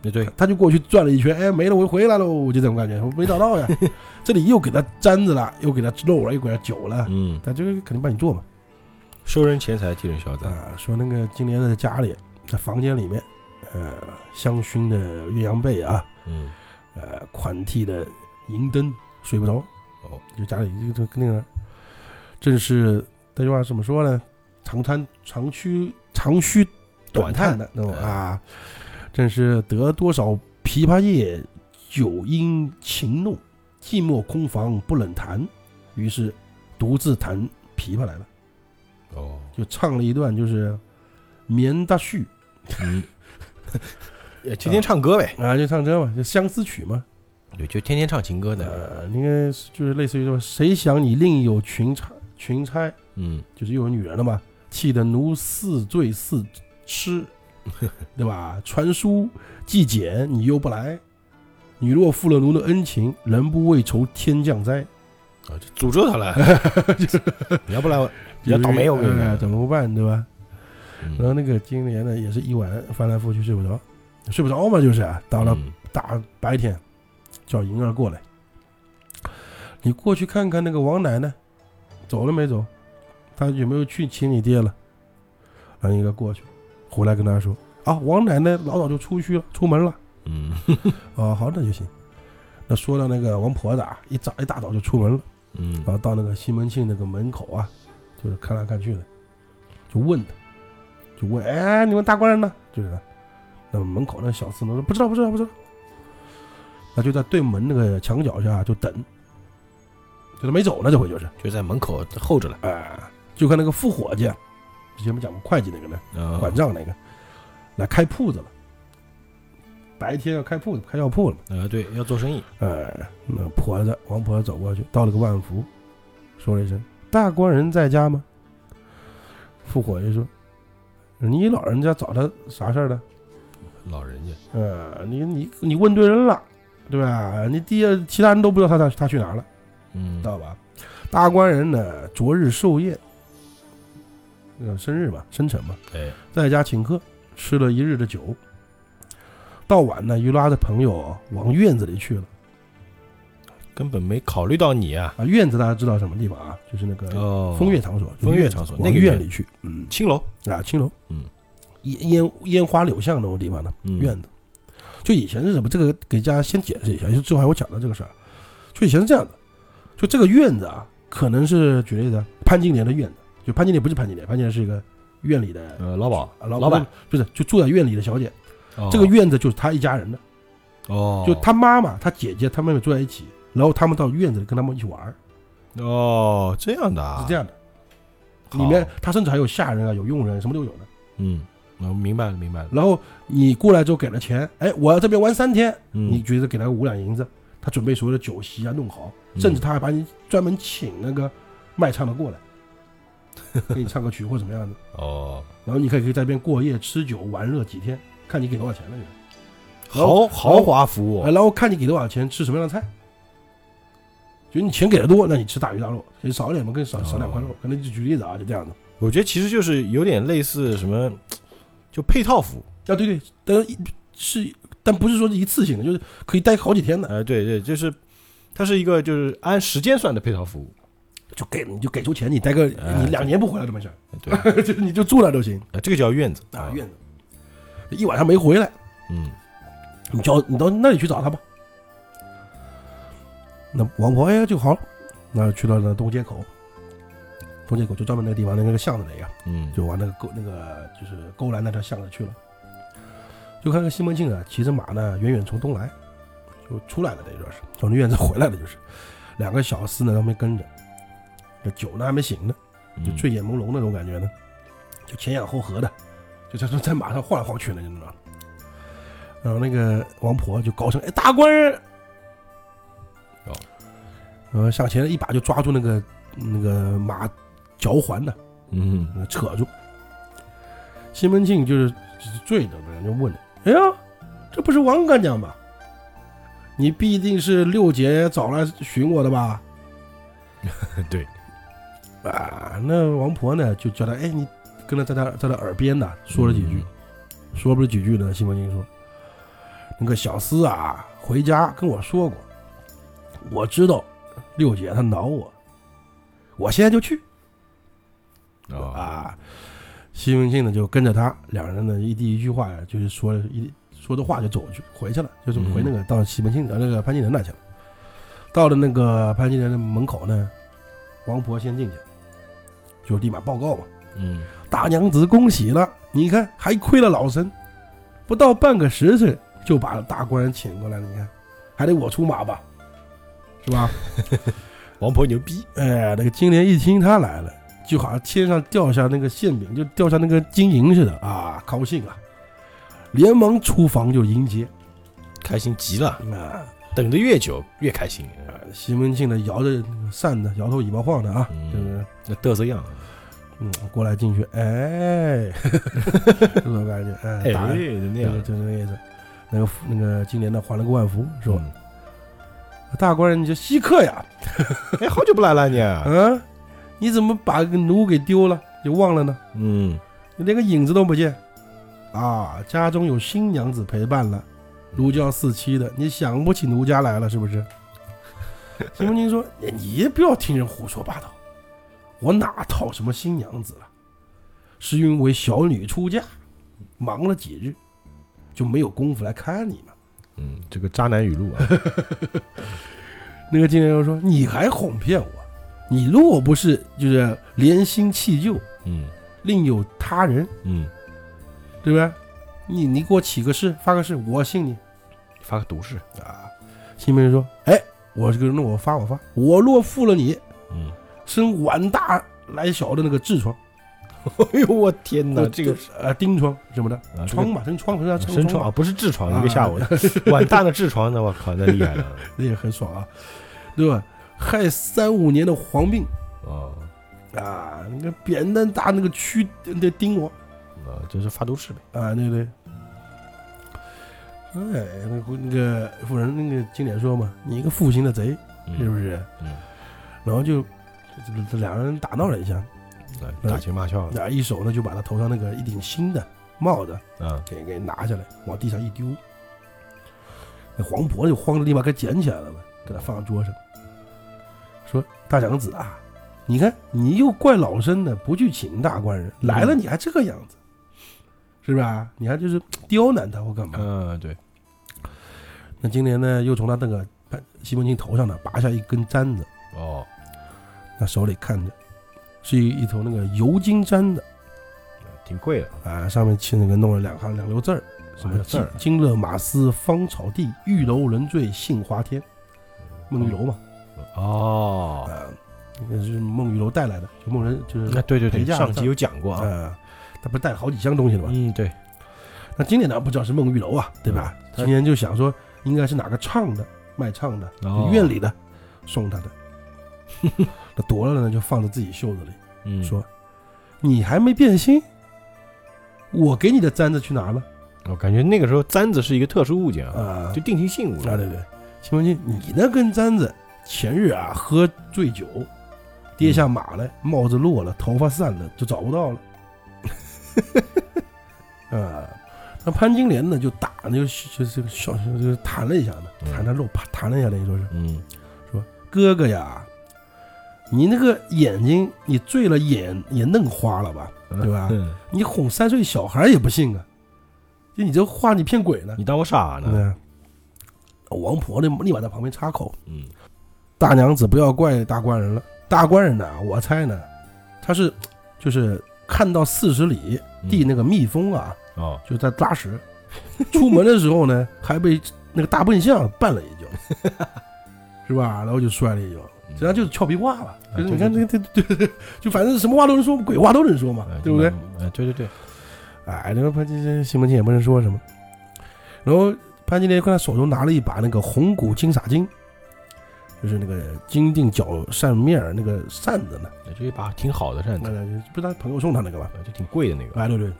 Speaker 1: 那嗯哎对，
Speaker 2: 他就过去转了一圈，哎，没了，我回来喽，就这种感觉，我没 找到呀。这里又给他簪子了，又给他肉了，又给他酒了，
Speaker 1: 嗯，
Speaker 2: 他这个肯定帮你做嘛。
Speaker 1: 收人钱财替人消灾，
Speaker 2: 啊，说那个金莲在家里，在房间里面，呃，香薰的鸳鸯被啊，
Speaker 1: 嗯
Speaker 2: 呃，款替的银灯，睡不着。
Speaker 1: 哦，
Speaker 2: 就家里就就那个，正是那句话怎么说呢？长叹长吁长吁短叹的那种
Speaker 1: 短叹
Speaker 2: 啊，正是得多少琵琶夜，酒因情弄，寂寞空房不冷弹，于是独自弹琵琶来了，
Speaker 1: 哦，
Speaker 2: 就唱了一段就是棉大絮
Speaker 1: 嗯，也天天哎唱歌呗，
Speaker 2: 啊，就唱这嘛，就相思曲嘛，
Speaker 1: 对，就天天唱情歌的，
Speaker 2: 呃，应该是就是类似于说谁想你另有群差群差。
Speaker 1: 嗯，
Speaker 2: 就是又有女人了嘛，气得奴似醉似痴， 对吧？传书寄简，你又不来。你若负了奴的恩情，人不为仇天降灾。
Speaker 1: 啊，就诅咒他了， 你要不 来我，比较倒霉我跟你
Speaker 2: 哎
Speaker 1: 讲
Speaker 2: 怎么办，对吧？然
Speaker 1: 嗯
Speaker 2: 后那个金莲呢，也是一晚翻来覆去睡不着，睡不着嘛，就是啊到了
Speaker 1: 嗯
Speaker 2: 大白天，叫银儿过来，你过去看看那个王奶奶走了没走，她有没有去请你爹了？让银儿过去，回来跟她说啊，王奶奶老早就出去了，出门了，
Speaker 1: 嗯
Speaker 2: 哦，好，那就行。那说到那个王婆子啊，一早一大早就出门了，
Speaker 1: 嗯
Speaker 2: 然后到那个西门庆那个门口啊，就是看来看去的，就问他，就问，哎，你们大官人呢？就是他那门口那小厮呢，说不知道，不知道，不知道。那就在对门那个墙角下就等，就是没走呢，这回就是，
Speaker 1: 就在门口候着了。
Speaker 2: 哎、就看那个副伙计啊，之前不讲过会计那个呢，
Speaker 1: 啊
Speaker 2: 管账那个，来开铺子了，白天要开铺子，开药铺了。
Speaker 1: 啊，对，要做生意。
Speaker 2: 哎，那婆子王婆子走过去，道了个万福，说了一声：“大官人在家吗？”副伙计说：“你老人家找他啥事儿呢？
Speaker 1: 老人家，
Speaker 2: 呃，你你你问对人了，对吧？你第一其他人都不知道他他他去哪了，
Speaker 1: 嗯
Speaker 2: 知，道吧？大官人呢，昨日寿宴，呃，生日嘛，生辰嘛，
Speaker 1: 哎，
Speaker 2: 在家请客，吃了一日的酒。到晚呢，又拉着朋友往院子里去了。”
Speaker 1: 根本没考虑到你啊。
Speaker 2: 啊，院子大家知道什么地方啊？就是那个
Speaker 1: 哦，
Speaker 2: 风月场所，
Speaker 1: 风月场所
Speaker 2: 往
Speaker 1: 那个
Speaker 2: 院
Speaker 1: 院
Speaker 2: 里去，嗯
Speaker 1: 青楼，
Speaker 2: 啊，青楼，
Speaker 1: 嗯，
Speaker 2: 烟烟烟花柳巷那种地方呢，
Speaker 1: 嗯
Speaker 2: 院子。就以前是什么？这个给大家先解释一下，就之后还会讲到这个事儿。就以前是这样的，就这个院子啊，可能是举例子，啊潘金莲的院子，就潘金莲不是潘金莲，潘金莲是一个院里的
Speaker 1: 呃，老鸨
Speaker 2: 啊，
Speaker 1: 老板，
Speaker 2: 不是就住在院里的小姐，
Speaker 1: 哦
Speaker 2: 这个院子就是她一家人的，
Speaker 1: 哦，
Speaker 2: 就她妈妈、她姐姐、她妹妹住在一起，然后他们到院子里跟他们一起玩儿，
Speaker 1: 哦，这样的啊，
Speaker 2: 是这
Speaker 1: 样，
Speaker 2: 样的。里面他甚至还有下人啊，有佣人，什么都有的。
Speaker 1: 嗯，我明白了，明白了，
Speaker 2: 然后你过来之后给了钱，哎，我要这边玩三天，
Speaker 1: 嗯
Speaker 2: 你觉得给他五两银子，他准备所有的酒席啊弄好，甚
Speaker 1: 嗯
Speaker 2: 至他还把你专门请那个卖唱的过来，给你唱个曲或怎么样的，
Speaker 1: 哦，
Speaker 2: 然后你可以可以在那边过夜吃酒玩乐几天，看你给多少钱了。然后
Speaker 1: 豪豪华服务
Speaker 2: 哎，，然后看你给多少钱吃什么样的菜。就你钱给的多，那你吃大鱼大肉；钱少一点嘛，跟少少两块肉。可能就举例子啊，就这样子。
Speaker 1: 我觉得其实就是有点类似什么，就配套服务，
Speaker 2: 啊，对对，但是一是但不是说是一次性的，就是可以待好几天的，
Speaker 1: 呃，对对，就是它是一个就是按时间算的配套服务，
Speaker 2: 就给你就给出钱，你待个
Speaker 1: 哎
Speaker 2: 你两年不回来都没事儿，
Speaker 1: 呃对，
Speaker 2: 就你就住那都行
Speaker 1: 呃这个叫院子
Speaker 2: 啊，院子一晚上没回来，
Speaker 1: 嗯，
Speaker 2: 你叫你到那里去找他吧。那王婆哎就好了，那去到那东街口，东街口就专门那个地方那个巷子里啊，
Speaker 1: 嗯，
Speaker 2: 就往那个勾那个就是勾栏那条巷子去了，就看那个西门庆啊，骑着马呢，远远从东来，就出来了，等于说是从那院子回来了，就是两个小厮呢，他们跟着，这酒呢还没醒呢，就
Speaker 1: 嗯
Speaker 2: 醉眼朦胧那种感觉呢，就前仰后合的，就在这在马上晃来晃去的，你知道吗？然后那个王婆就高声：“哎，大官人！”
Speaker 1: 哦，
Speaker 2: 然后向前一把就抓住那个那个马脚环呢，
Speaker 1: 嗯
Speaker 2: 那呃扯住。西门庆就是就是醉着的人就问：“哎呀，这不是王干将吧？你必定是六姐找来寻我的吧？”
Speaker 1: 对，
Speaker 2: 啊，那王婆呢就叫他：“哎，你跟他在他在他耳边呢说了几句，
Speaker 1: 嗯
Speaker 2: 说不了几句呢。”西门庆说：“那个小厮啊，回家跟我说过，我知道六姐她恼我，我现在就去。”
Speaker 1: 嗯，啊，
Speaker 2: 啊，西门庆呢就跟着他，两人呢一第一句话呀，就是说一说的话就走去回去了，就是回那个到西门庆呃那个潘金莲那去了。到了那个潘金莲的门口呢，王婆先进去，就立马报告嘛，
Speaker 1: 嗯，
Speaker 2: 大娘子恭喜了，你看还亏了老身，不到半个时辰就把大官人请过来了，你看还得我出马吧，是吧？
Speaker 1: 王婆牛逼，
Speaker 2: 哎，那个金莲一听他来了，就好像天上掉下那个馅饼，就掉下那个金银似的啊，高兴啊，连忙出房就迎接
Speaker 1: 开心极了，
Speaker 2: 啊。
Speaker 1: 等的越久越开心，
Speaker 2: 西门庆呢，摇着那个扇子，摇头尾巴晃的啊，
Speaker 1: 嗯
Speaker 2: 就是
Speaker 1: 那嘚瑟样，啊
Speaker 2: 嗯，过来进去，哎， 这种感觉，哎，
Speaker 1: 哎，
Speaker 2: 打就是
Speaker 1: 那
Speaker 2: 就是
Speaker 1: 样，
Speaker 2: 这个意思。那个那个金莲呢，还了个万福，
Speaker 1: 是
Speaker 2: 说、啊
Speaker 1: 吧？
Speaker 2: 大官人你这稀客呀，
Speaker 1: 哎，好久不来了你 啊，
Speaker 2: 啊，你怎么把个奴给丢了，就忘了呢？
Speaker 1: 嗯，
Speaker 2: 你连个影子都不见。啊，家中有新娘子陪伴了，奴娇四妻的，你想不起奴家来了是不 是？西门庆说：“哎你不要听人胡说八道，我哪讨什么新娘子了？是因为小女出嫁，忙了几日，就没有功夫来看你们。
Speaker 1: 嗯，这个渣男语录啊，
Speaker 2: 那个经理人说：“你还哄骗我？你若不是就是怜心弃旧，
Speaker 1: 嗯
Speaker 2: 另有他人，
Speaker 1: 嗯，
Speaker 2: 对吧？你你给我起个誓，发个誓，我信你。”
Speaker 1: 发个毒誓，
Speaker 2: 啊，新兵说：“哎，我这个那我发我发，我若负了你，
Speaker 1: 嗯，
Speaker 2: 生碗大来小的那个痔疮，
Speaker 1: 哎呦我天哪，这个
Speaker 2: 呃钉疮什么的，
Speaker 1: 啊这个
Speaker 2: 疮嘛，生疮，生疮，
Speaker 1: 神
Speaker 2: 疮
Speaker 1: 床啊，不是痔疮，
Speaker 2: 啊
Speaker 1: 一个吓我的。 碗大的痔疮呢，我靠，那厉害了
Speaker 2: 那也很爽啊，对吧？害三五年的黄病
Speaker 1: 啊
Speaker 2: 啊，那个扁担大那个蛆那叮我
Speaker 1: 啊，就是发毒誓呗。
Speaker 2: 啊，对不对？”哎，那个那个妇人那个经典说嘛，你一个负心的贼，
Speaker 1: 嗯
Speaker 2: 是不？是？
Speaker 1: 嗯，
Speaker 2: 然后就这两人打闹了一下，
Speaker 1: 啊打情骂俏的
Speaker 2: 那一手呢就把他头上那个一顶新的帽子
Speaker 1: 啊，
Speaker 2: 给给拿下来，往地上一丢。那黄婆就慌的立马给捡起来了嘛，给他放到桌上，说：“大长子啊，你看你又怪老身的，不去请大官人，来
Speaker 1: 嗯
Speaker 2: 了你还这个样子，是吧？你还就是刁难他或干嘛？”
Speaker 1: 嗯，对，
Speaker 2: 那金莲呢，又从他那个西门庆头上呢拔下一根簪子，
Speaker 1: 哦，
Speaker 2: 那手里看着是一一头那个油金簪子
Speaker 1: 挺贵的，
Speaker 2: 啊，上面亲那个弄了两行两溜字儿。什
Speaker 1: 什
Speaker 2: 么
Speaker 1: 么哎字
Speaker 2: 金
Speaker 1: 儿？啊
Speaker 2: 金勒马丝芳草地，玉楼人醉杏花天，孟玉楼嘛，
Speaker 1: 哦，
Speaker 2: 啊，那个是孟玉楼带来的，就孟人就是
Speaker 1: 嗯那对对
Speaker 2: 陪
Speaker 1: 对，
Speaker 2: 嫁
Speaker 1: 上集有讲过啊。
Speaker 2: 啊，他不是带了好几箱东西的嘛？
Speaker 1: 嗯，对，
Speaker 2: 那今年呢不知道是孟玉楼啊，对吧？
Speaker 1: 他
Speaker 2: 今年就想说应该是哪个唱的卖唱的
Speaker 1: 哦
Speaker 2: 嗯院里的 送他的，那夺了呢就放在自己袖子里，
Speaker 1: 嗯，
Speaker 2: 说你还没变心，我给你的簪子去拿了
Speaker 1: 我感觉那个时候簪子是一个特殊物件啊，
Speaker 2: 啊，
Speaker 1: 就定情信物
Speaker 2: 啊，对对，西门庆，你那根簪子前日啊喝醉酒，跌下马来，帽子落了，头发散了，就找不到了。 啊，那潘金莲呢就打，那就就就小就弹了一下嘛，
Speaker 1: 嗯
Speaker 2: 弹弹肉，啪弹了一下，等于说是
Speaker 1: 嗯，
Speaker 2: 哥哥呀，你那个眼睛你醉了眼也弄花了吧？对吧
Speaker 1: 嗯
Speaker 2: 你哄三岁小孩也不信啊，就你这话你骗鬼呢？
Speaker 1: 你当我傻呢？
Speaker 2: 嗯，王婆呢立马在旁边插口，
Speaker 1: 嗯，
Speaker 2: 大娘子不要怪大官人了。大官人呢，我猜呢，他是就是看到四十里
Speaker 1: 嗯
Speaker 2: 地那个蜜蜂啊，
Speaker 1: 哦，
Speaker 2: 就在拉屎，出门的时候呢， 还被那个大笨象绊了一跤， 是吧？然后就摔了一跤，
Speaker 1: 嗯
Speaker 2: 实际上就是俏皮话吧。
Speaker 1: 啊
Speaker 2: 就是
Speaker 1: 对
Speaker 2: 你看
Speaker 1: 对
Speaker 2: 这这这，这 就反正什么话都能说，鬼话都能说嘛，对不对？？
Speaker 1: 哎，对对对，
Speaker 2: 哎，那个潘金莲、西门庆也不能说什么。然后潘金莲看他手中拿了一把那个红骨金撒金，就是那个金锭角扇面儿那个扇子呢，
Speaker 1: 那就哎一把挺好的扇
Speaker 2: 那
Speaker 1: 子，
Speaker 2: 个不是他朋友送他那个吧？
Speaker 1: 啊就挺贵的那个。
Speaker 2: 哎，对对，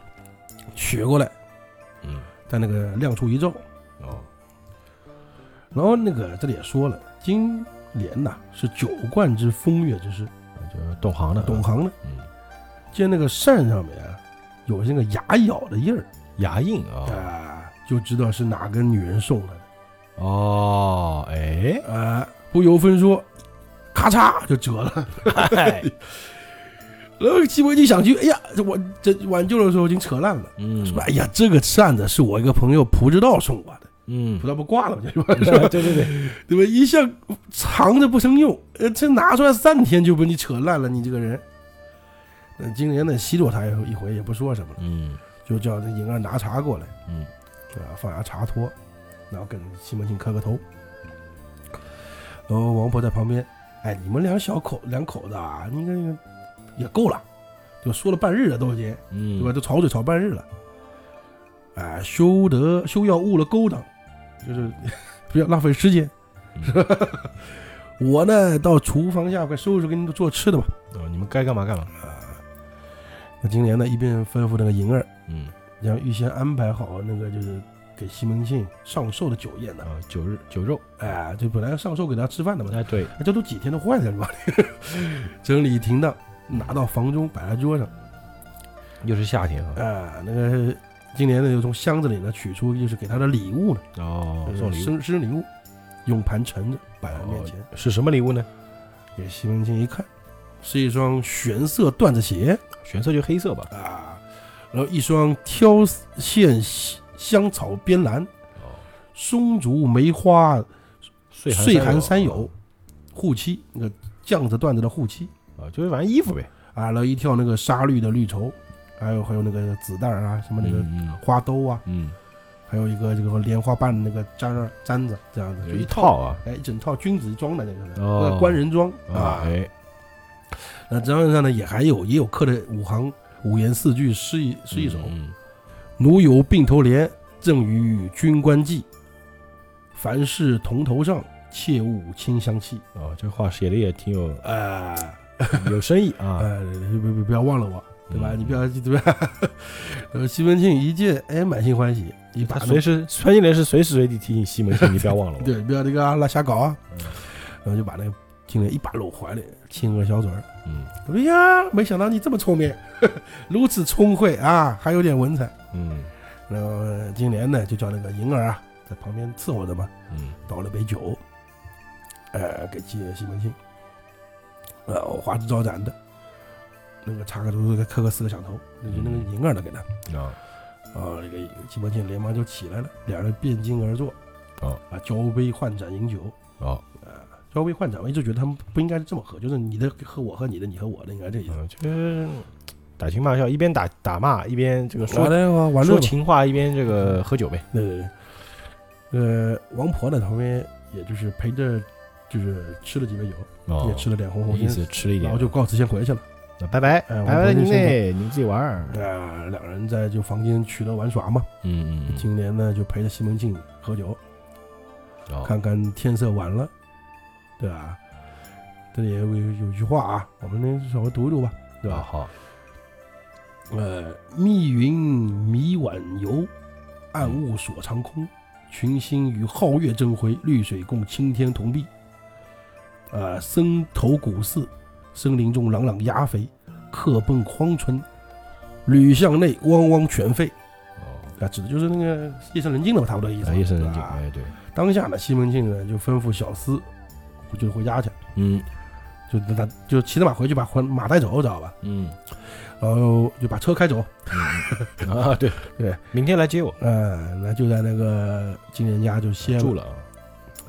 Speaker 2: 取过来，
Speaker 1: 嗯，
Speaker 2: 在那个亮处一照。
Speaker 1: 哦，
Speaker 2: 然后那个这里也说了，金莲呐、是九冠之风月之师，
Speaker 1: 就是懂行的，
Speaker 2: 懂。行的，
Speaker 1: 嗯，
Speaker 2: 见那个扇上面啊有那个牙咬的印儿
Speaker 1: 牙印啊。
Speaker 2: 啊，就知道是哪个女人送的。
Speaker 1: 哦，哎，
Speaker 2: 呃，不由分说，咔嚓就折了。
Speaker 1: 嗨
Speaker 2: 然后西门庆想去，哎呀，这我这挽救的时候已经扯烂了，
Speaker 1: 嗯
Speaker 2: 说哎呀，这个扇子是我一个朋友蒲知道送我的，
Speaker 1: 嗯
Speaker 2: 蒲，知道不挂了吗？就是吧
Speaker 1: 对对对，
Speaker 2: 对吧？一向藏着不曾用，呃，这拿出来三天就被你扯烂了，你这个人。那金莲呢，奚落他一回也不说什么了，
Speaker 1: 嗯
Speaker 2: 就叫那银儿拿茶过来，
Speaker 1: 嗯
Speaker 2: 啊，放下茶托，然后跟西门庆磕个头。然后王婆在旁边，哎，你们两小口两口子啊，你看也够了，就说了半日了都已经，
Speaker 1: 嗯，
Speaker 2: 对吧？？都吵嘴吵半日了，哎，休得休要误了勾当，就是 不要浪费时间，是吧？ 我呢到厨房下快收拾，给你们做吃的吧。
Speaker 1: 哦，你们该干嘛干嘛。
Speaker 2: 那金莲呢一边吩咐那个银儿，
Speaker 1: 嗯，
Speaker 2: 将预先安排好那个就是给西门庆上寿的酒宴呢，
Speaker 1: 啊，酒日酒肉，
Speaker 2: 哎，就本来要上寿给他吃饭的嘛，
Speaker 1: 哎，对，
Speaker 2: 哎这都几天都坏了是吧？ 整理停当，拿到房中摆在桌上。
Speaker 1: 又是夏天啊。
Speaker 2: 啊，那个金莲呢，就从箱子里呢取出就是给他的礼物呢，
Speaker 1: 哦
Speaker 2: 就，是
Speaker 1: 送礼物哦
Speaker 2: 生生日礼物，用盘盛着摆在面前。
Speaker 1: 是什么礼物呢？
Speaker 2: 给西门庆一看，是一双玄色缎子鞋
Speaker 1: 玄色就黑色吧。
Speaker 2: 啊，然后一双挑线香草边蓝，
Speaker 1: 哦，
Speaker 2: 松竹、梅花、
Speaker 1: 岁寒
Speaker 2: 岁寒
Speaker 1: 三
Speaker 2: 三友、护膝，那个酱子段子的护膝
Speaker 1: 啊，就是反正衣服呗，
Speaker 2: 啊，然后一跳那个沙绿的绿绸，还有还有那个子弹啊，什么那个
Speaker 1: 嗯
Speaker 2: 花兜啊，
Speaker 1: 嗯，
Speaker 2: 还有一个这个莲花瓣的那个簪儿簪子这样子，
Speaker 1: 嗯
Speaker 2: 就
Speaker 1: 有一
Speaker 2: 一
Speaker 1: 套啊
Speaker 2: 哎一整套军子装的那个，
Speaker 1: 哦
Speaker 2: 那个官人装
Speaker 1: 啊，
Speaker 2: 啊。
Speaker 1: 哎，
Speaker 2: 那这样上呢也还有也有刻的五行五言四句诗一诗一首，
Speaker 1: 嗯
Speaker 2: 奴有并头怜，赠与军官计。凡事同头上，切勿轻相弃。
Speaker 1: 嗯哦，这话写的也挺有
Speaker 2: 呃
Speaker 1: 啊有深意 啊，
Speaker 2: 呃，不不不要忘了我，对吧？
Speaker 1: 嗯
Speaker 2: 你不要对吧？ 呃，西门庆一见，哎，满心欢喜，一把
Speaker 1: 他
Speaker 2: 那
Speaker 1: 随 时穿进来是随时随地提醒西门庆，你不要忘了我，
Speaker 2: 对，不要那个啊，拉瞎搞啊
Speaker 1: 嗯，
Speaker 2: 然后就把那个青莲一把搂怀里，亲个小嘴儿。
Speaker 1: 嗯
Speaker 2: 哎呀，没想到你这么聪明， 如此聪慧啊，还有点文采。
Speaker 1: 嗯
Speaker 2: 然后金莲呢，就叫那个银儿啊，在旁边伺候着嘛，
Speaker 1: 嗯
Speaker 2: 倒了杯酒，呃，给西西门庆，呃，花枝招展的，那个插个头，磕个四个响头，那就那个
Speaker 1: 嗯
Speaker 2: 银儿呢给他，
Speaker 1: 啊
Speaker 2: 啊，这个西门庆连忙就起来了，两人并肩而坐，
Speaker 1: 哦
Speaker 2: 啊，交杯换盏饮酒，
Speaker 1: 哦，
Speaker 2: 交杯换盏，我一直觉得他们不应该是这么喝，就是你的喝我喝你的，你喝我的，应该这意思。
Speaker 1: 嗯，就是打情骂俏，一边打打骂一边这个说
Speaker 2: 完了，完
Speaker 1: 说
Speaker 2: 了，
Speaker 1: 情话一边这个喝酒呗，
Speaker 2: 对对对，呃，王婆呢，旁边也就是陪着，就是吃了几杯酒，嗯也吃了点红红
Speaker 1: 啊哦意
Speaker 2: 心，
Speaker 1: 思吃了一点
Speaker 2: 然后，就告辞先回去了。
Speaker 1: 那拜拜拜
Speaker 2: 哎我
Speaker 1: 拜
Speaker 2: 们就
Speaker 1: 您
Speaker 2: 先
Speaker 1: 嘞，你们自己玩儿，
Speaker 2: 啊，两人在就房间取乐玩耍嘛。
Speaker 1: 嗯嗯嗯
Speaker 2: 金莲呢就陪着西门庆喝酒，，
Speaker 1: 哦
Speaker 2: 看看天色晚了，对吧？这里有有有句话啊，我们呢稍微读一读吧，对
Speaker 1: 啊
Speaker 2: 吧？
Speaker 1: 好，
Speaker 2: 呃，密云迷晚游，暗雾锁长空，群星与皓月争辉，绿水共青天同碧。呃，僧头古寺，森林中朗朗鸦飞，客奔荒村，旅巷内汪汪犬吠。
Speaker 1: 哦，
Speaker 2: 啊，指的就是那个夜深人静了吧，差不多意思。
Speaker 1: 啊夜深人
Speaker 2: 对
Speaker 1: 静，
Speaker 2: 吧
Speaker 1: 哎对，
Speaker 2: 当下呢，西门庆呢就吩咐小厮，就回家去，
Speaker 1: 嗯
Speaker 2: 就他就骑着马回去把还马带走，知道吧？
Speaker 1: 嗯
Speaker 2: 然后就把车开走，
Speaker 1: 嗯啊对
Speaker 2: 对，
Speaker 1: 明天来接我
Speaker 2: 呃，那就在那个金莲家就歇
Speaker 1: 住
Speaker 2: 了。
Speaker 1: 了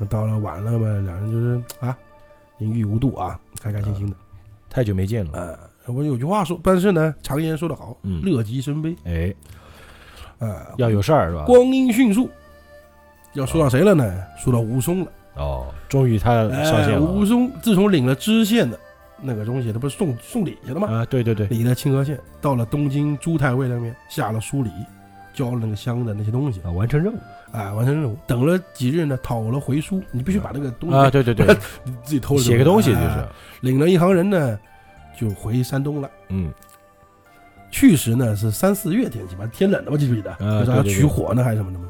Speaker 1: 啊，
Speaker 2: 到了晚了嘛，两人就是啊，淫欲无度啊，开开心心的。
Speaker 1: 太久没见了，
Speaker 2: 呃，我有句话说，但是呢，常言说得好，
Speaker 1: 嗯
Speaker 2: 乐极生悲。
Speaker 1: 哎
Speaker 2: 呃，
Speaker 1: 要有事儿是吧？
Speaker 2: 光阴迅速。要说到谁了呢？说到武松了。
Speaker 1: 哦，终于他啊上线
Speaker 2: 哎，武
Speaker 1: 了
Speaker 2: 松自从领了知县的那个东西，他不是送送礼去了吗？
Speaker 1: 啊，对对对，
Speaker 2: 离了清河县，到了东京朱太尉那边下了书礼，交了那个箱的那些东西，
Speaker 1: 啊完成任务
Speaker 2: 啊，完成任务。等了几日呢，讨了回书，你必须把那个东西、
Speaker 1: 啊，对 对对，
Speaker 2: 你自己偷了
Speaker 1: 写个东西就
Speaker 2: 哎
Speaker 1: 是，
Speaker 2: 领了一行人呢，就回山东了。
Speaker 1: 嗯
Speaker 2: 去时呢是三四月天气吧，天冷了吧，记不记得？
Speaker 1: 啊
Speaker 2: 不是
Speaker 1: 对对
Speaker 2: 要
Speaker 1: 对
Speaker 2: 取火呢还是什么的吗？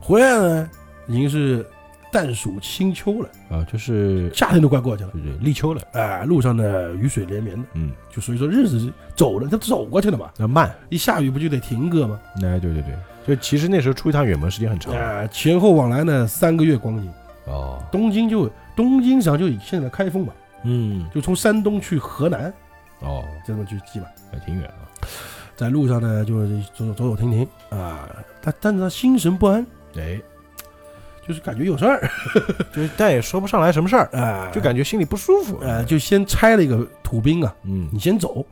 Speaker 2: 回来呢已经是淡暑清秋了，
Speaker 1: 啊就是
Speaker 2: 夏天都快过去了。
Speaker 1: 对对立秋了，
Speaker 2: 哎，路上呢雨水连绵的，
Speaker 1: 嗯，
Speaker 2: 就所以说日子走了，他走过去了嘛，
Speaker 1: 那啊慢，
Speaker 2: 一下雨不就得停歌吗？
Speaker 1: 哎对对对，就其实那时候出一趟远门时间很长
Speaker 2: 啊，前后往来呢三个月光景，
Speaker 1: 哦，
Speaker 2: 东京就东京上就以现在的开封吧，
Speaker 1: 嗯
Speaker 2: 就从山东去河南，
Speaker 1: 哦，
Speaker 2: 这么去记吧。
Speaker 1: 还挺远啊，
Speaker 2: 在路上呢，就是走走走走停停啊，他但是他心神不安，
Speaker 1: 哎，
Speaker 2: 就是感觉有事儿
Speaker 1: 就是但也说不上来什么事儿，
Speaker 2: 啊，
Speaker 1: 就感觉心里不舒服，
Speaker 2: 呃，就先拆了一个土兵啊，
Speaker 1: 嗯
Speaker 2: 你先走